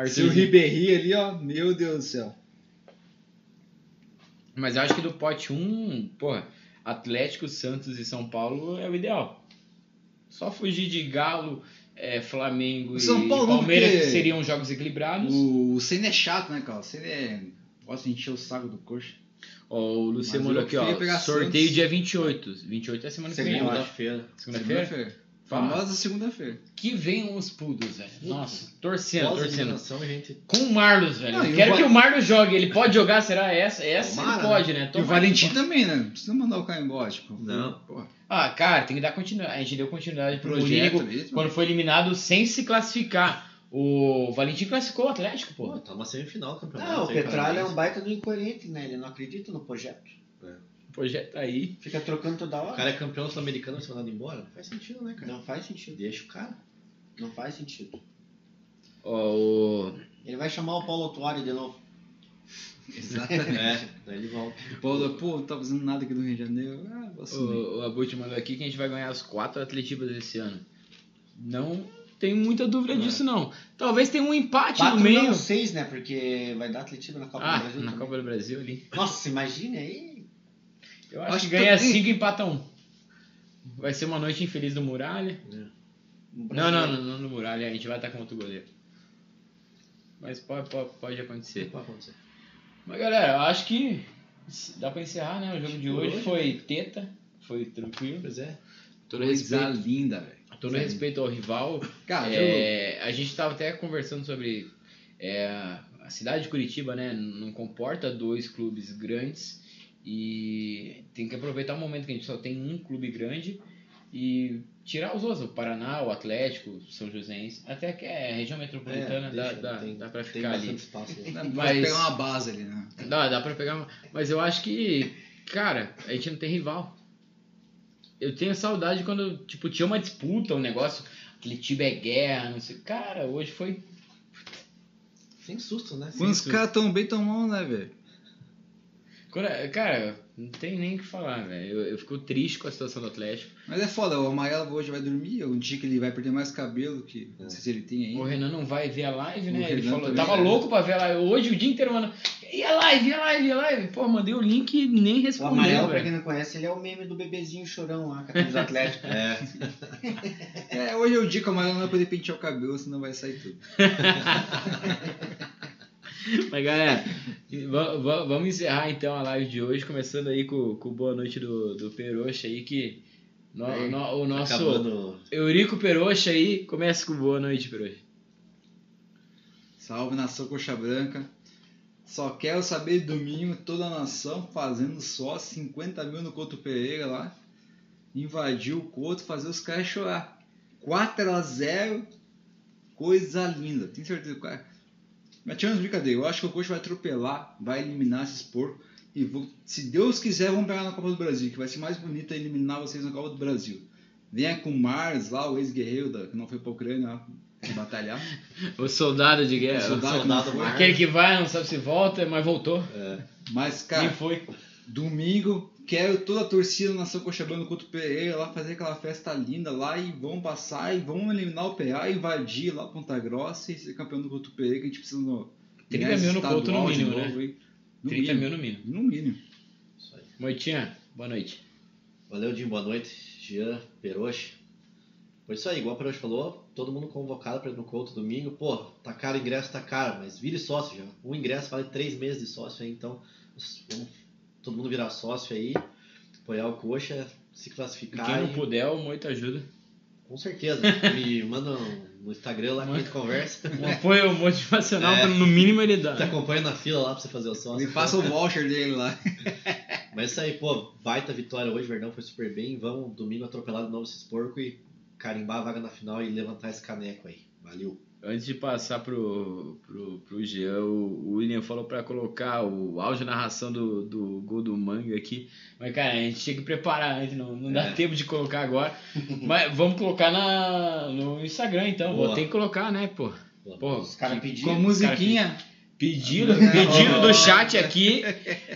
Speaker 2: Se o
Speaker 1: Arthur.
Speaker 2: Ribéry ali, ó, meu Deus do céu.
Speaker 1: Mas eu acho que do pote 1, porra, Atlético, Santos e São Paulo é o ideal. Só fugir de Galo, é, Flamengo
Speaker 2: O São
Speaker 1: e
Speaker 2: Paulo não,
Speaker 1: Palmeiras,
Speaker 2: porque-
Speaker 1: que seriam jogos equilibrados. O,
Speaker 2: O, o Senna é chato, né, cara? O Senna é... Gosta de encher o saco do coxa.
Speaker 1: ó, o Luciano
Speaker 2: Mas
Speaker 1: mandou
Speaker 2: eu
Speaker 1: aqui,
Speaker 2: queria
Speaker 1: ó.
Speaker 2: pegar
Speaker 1: Sorteio
Speaker 2: Santos.
Speaker 1: dia 28. 28 é semana que vem, né?
Speaker 3: Segunda-feira.
Speaker 1: Segunda-feira? Fala.
Speaker 2: Famosa segunda-feira.
Speaker 1: Que venham os pudos, velho. Nossa, torcendo, torcendo.
Speaker 3: Pós-eliminação, a gente.
Speaker 1: Com o Marlos, velho.
Speaker 2: Não, e o
Speaker 1: Quero
Speaker 2: Va-
Speaker 1: que o Marlos jogue. Ele pode jogar, será essa? Essa
Speaker 2: Tomara,
Speaker 1: ele pode, né?
Speaker 2: E o
Speaker 1: Tomara que
Speaker 2: Valentim também, né? Não precisa mandar o cara embora, tipo.
Speaker 3: Não.
Speaker 2: Porra,
Speaker 1: Ah, cara, tem que dar continuidade. A gente deu continuidade pro
Speaker 2: projeto
Speaker 1: Munigo
Speaker 2: mesmo.
Speaker 1: quando foi eliminado sem se classificar. O Valentim classificou o Atlético,
Speaker 3: Pô,
Speaker 1: pô.
Speaker 3: tá uma semifinal do campeonato.
Speaker 4: Não, o
Speaker 3: aí,
Speaker 4: Petralha é um
Speaker 3: parabéns.
Speaker 4: baita do incoerente, né? Ele não acredita no projeto.
Speaker 1: O projeto tá aí.
Speaker 4: Fica trocando toda
Speaker 3: O
Speaker 4: hora.
Speaker 3: cara é campeão sul-americano vai ser mandado embora? Não faz sentido, né, cara?
Speaker 4: Não faz sentido.
Speaker 3: Deixa o cara.
Speaker 4: Não faz sentido.
Speaker 1: Ó, o...
Speaker 4: Ele vai chamar o Paulo Otuário de novo.
Speaker 2: Exatamente.
Speaker 3: É, daí ele volta.
Speaker 2: O Paulo, pô, não tá fazendo nada aqui no Rio de Janeiro. Ah, vou assumir.
Speaker 1: o, o Abut mandou aqui que a gente vai ganhar as quatro atletivas esse ano. Não tenho muita dúvida disso, não. é. Talvez tenha um empate
Speaker 4: Quatro
Speaker 1: no meio.
Speaker 4: não, seis, né? Porque vai dar Atletiba na Copa
Speaker 1: ah,
Speaker 4: do Brasil.
Speaker 1: na
Speaker 4: também.
Speaker 1: Copa do Brasil ali.
Speaker 4: Nossa, imagina aí.
Speaker 1: Eu acho,
Speaker 2: Acho
Speaker 1: que
Speaker 2: que
Speaker 1: ganha
Speaker 2: também-
Speaker 1: cinco e empata um. Vai ser uma noite infeliz do Muralha.
Speaker 4: um
Speaker 1: Não,
Speaker 4: brasileiro.
Speaker 1: não, não, não no Muralha. A gente vai estar com outro goleiro. Mas pode, pode, pode acontecer.
Speaker 3: Não pode acontecer.
Speaker 1: Mas galera, eu acho que dá pra encerrar, né? O jogo de hoje foi teta, foi tranquilo.
Speaker 3: Pois é.
Speaker 1: Todo
Speaker 2: Coisa
Speaker 1: respeito,
Speaker 2: linda, velho.
Speaker 1: todo respeito ao rival.
Speaker 3: Ah,
Speaker 2: Cara,
Speaker 1: É, a gente tava até conversando sobre é, a cidade de Curitiba, né? Não comporta dois clubes grandes e tem que aproveitar o momento que a gente só tem um clube grande e tirar os outros, o Paraná, o Atlético, o São Joséense, até que é a região metropolitana
Speaker 3: É,
Speaker 1: dá,
Speaker 3: deixa,
Speaker 1: dá,
Speaker 3: tem-
Speaker 1: dá pra
Speaker 3: Tem
Speaker 1: ficar ali.
Speaker 3: bastante espaço
Speaker 2: eu-
Speaker 3: ali.
Speaker 2: né, vai
Speaker 1: mas-
Speaker 2: pegar uma base ali, né?
Speaker 1: Dá, dá pra pegar. uma- Mas eu acho que, cara, a gente não tem rival. Eu tenho saudade quando, tipo, tinha uma disputa, um negócio. Atletiba é guerra, não sei. Cara, hoje foi.
Speaker 3: Sem susto, né?
Speaker 2: Quando os
Speaker 1: sim.
Speaker 2: caras tão bem, tão mal, né, velho?
Speaker 1: Cara, cara, não tem nem o que falar, velho. Eu, eu fico triste com a situação do Atlético.
Speaker 2: Mas é foda, o amarelo hoje vai dormir. Um dia que ele vai perder mais cabelo que. Não sei se ele tem
Speaker 1: O
Speaker 2: aí.
Speaker 1: Renan não vai ver a live,
Speaker 2: O
Speaker 1: né? Ele
Speaker 2: Renan
Speaker 1: falou, eu
Speaker 2: também,
Speaker 1: tava
Speaker 2: né?
Speaker 1: louco pra ver a live. Hoje o dia inteiro, mano. E a live, e a live, e a live? Pô, mandei o link e nem
Speaker 4: O
Speaker 1: respondeu,
Speaker 4: amarelo, pra
Speaker 1: né, velho.
Speaker 4: quem não conhece, ele é o meme do bebezinho chorão lá, com a camisa do Atlético.
Speaker 3: É,
Speaker 2: É, hoje é o dia que o amarelo não vai poder pentear o cabelo, senão vai sair tudo.
Speaker 1: Mas galera, va- va- vamos encerrar então a live de hoje, começando aí com, com boa noite do, do Peroxa aí, que no-
Speaker 3: É,
Speaker 1: no- o nosso
Speaker 3: acabando.
Speaker 1: Eurico Peroxa aí começa com boa noite, Peroxa.
Speaker 2: Salve nação coxa branca. Só quero saber domingo toda a nação fazendo só 50 mil no Couto Pereira lá. Invadiu o Couto, fazer os caras chorar. 4x0, coisa linda. Tenho certeza, cara. Mas tirando de brincadeira, eu acho que o coach vai atropelar, vai eliminar esses porcos. E vou- se Deus quiser, vamos pegar na Copa do Brasil, que vai ser mais bonito eliminar vocês na Copa do Brasil. Venha com o Mars lá, o ex-guerreiro da- que não foi pra Ucrânia lá, batalhar.
Speaker 1: O soldado de guerra.
Speaker 2: Soldado né? que não
Speaker 3: soldado
Speaker 2: foi.
Speaker 3: Mars.
Speaker 1: Aquele que vai, não sabe se volta, mas voltou.
Speaker 2: Mas,
Speaker 1: Quem
Speaker 2: cara,
Speaker 1: foi?
Speaker 2: domingo, quero toda a torcida na São Cochabamba contra o PA lá fazer aquela festa linda lá e vão passar e vão eliminar o PA, invadir lá Ponta Grossa e ser campeão do contra o PA que a gente precisa no.
Speaker 1: 30
Speaker 2: ganhar
Speaker 1: mil no
Speaker 2: estadual
Speaker 1: Couto no
Speaker 2: de
Speaker 1: mínimo,
Speaker 2: novo,
Speaker 1: né?
Speaker 2: hein? No
Speaker 1: 30 mil no
Speaker 2: mínimo.
Speaker 1: mínimo.
Speaker 2: No mínimo.
Speaker 3: Isso aí.
Speaker 1: Moitinha, boa noite.
Speaker 3: Valeu, Jim. Boa noite. Jean, Peroche. Foi isso aí, igual o Peroche falou, todo mundo convocado para ir no Couto domingo. Pô, tá caro o ingresso, tá caro, mas vire sócio já. Um ingresso vale três meses de sócio aí, então vamos todo mundo virar sócio aí, apoiar o Coxa, se
Speaker 1: E
Speaker 3: classificar.
Speaker 1: quem não
Speaker 3: e-
Speaker 1: puder, o Moito ajuda.
Speaker 3: Com certeza. Me manda um- no Instagram lá que a gente conversa.
Speaker 1: Um apoio motivacional,
Speaker 3: É.
Speaker 1: pra, no mínimo ele
Speaker 3: Te
Speaker 1: dá.
Speaker 3: acompanha na fila lá pra você fazer o sócio.
Speaker 2: Me passa o voucher dele lá.
Speaker 3: Mas isso aí, pô, baita vitória hoje, Verdão foi super bem. Vamos domingo atropelar de novo esses porcos e carimbar a vaga na final e levantar esse caneco aí. Valeu.
Speaker 1: Antes de passar pro, pro, pro Jean, o o William falou pra colocar o áudio narração do, do gol do Manga aqui. Mas, cara, a gente tinha que preparar antes, não, não dá
Speaker 3: É.
Speaker 1: tempo de colocar agora. Mas vamos colocar na, no Instagram, então. Vou
Speaker 3: Boa.
Speaker 1: ter que colocar, né, pô?
Speaker 3: Boa.
Speaker 1: Pô,
Speaker 4: Os caras
Speaker 2: Com a
Speaker 4: pediram.
Speaker 2: musiquinha.
Speaker 1: Pedido,
Speaker 4: né?
Speaker 1: pedido do chat aqui.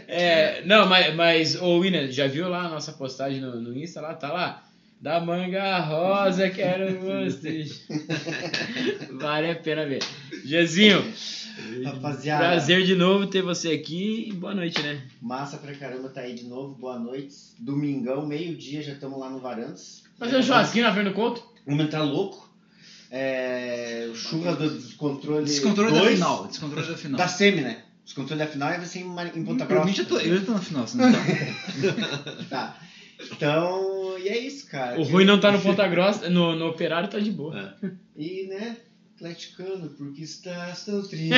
Speaker 1: É, não, mas, mas ô William, já viu lá a nossa postagem no, no Insta? Lá, tá lá. Da manga rosa, quero vocês. vale a pena ver. Jezinho,
Speaker 4: Rapaziada,
Speaker 1: prazer de novo ter você aqui e boa noite, né?
Speaker 4: massa pra caramba tá aí de novo. Boa noite. Domingão, meio-dia, já estamos lá no Varandas.
Speaker 1: Fazer um churrasquinho na frente do conto?
Speaker 4: O momento tá louco. É, o Chuva do descontrole.
Speaker 2: Descontrole da
Speaker 4: dois,
Speaker 2: final. Descontrole da final.
Speaker 4: Da semi, né? Descontrole da final é você em, Mar- em Ponta
Speaker 2: Pra
Speaker 4: Grossa.
Speaker 2: mim já tô, eu já tô na final, se não tá.
Speaker 4: Tá. Então, e é isso, cara.
Speaker 1: O Rui não tá no Ponta Grossa, no, no Operário tá de boa.
Speaker 4: E, né, atleticano, porque estás tão triste.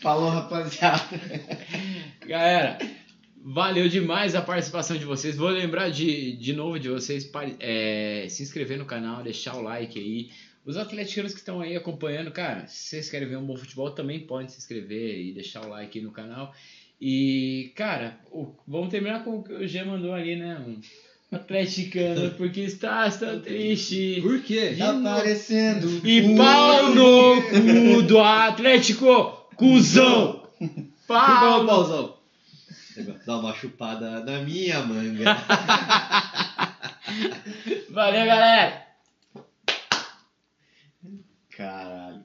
Speaker 4: Falou, rapaziada. Tá
Speaker 1: Galera, valeu demais a participação de vocês. Vou lembrar de, de novo de vocês pare- é, se inscrever no canal, deixar o like aí. Os atleticanos que estão aí acompanhando, cara, se vocês querem ver um bom futebol, também podem se inscrever e deixar o like aí no canal. E, cara, o- vamos terminar com o que o G mandou ali, né? Um atleticano, porque estás tão triste.
Speaker 2: Por quê?
Speaker 4: Tá aparecendo.
Speaker 1: E
Speaker 4: um-
Speaker 1: pau no cu do Atlético, cuzão! Pau! no-
Speaker 2: pauzão.
Speaker 3: um Dá uma chupada na minha manga.
Speaker 1: Valeu, galera!
Speaker 4: Caralho.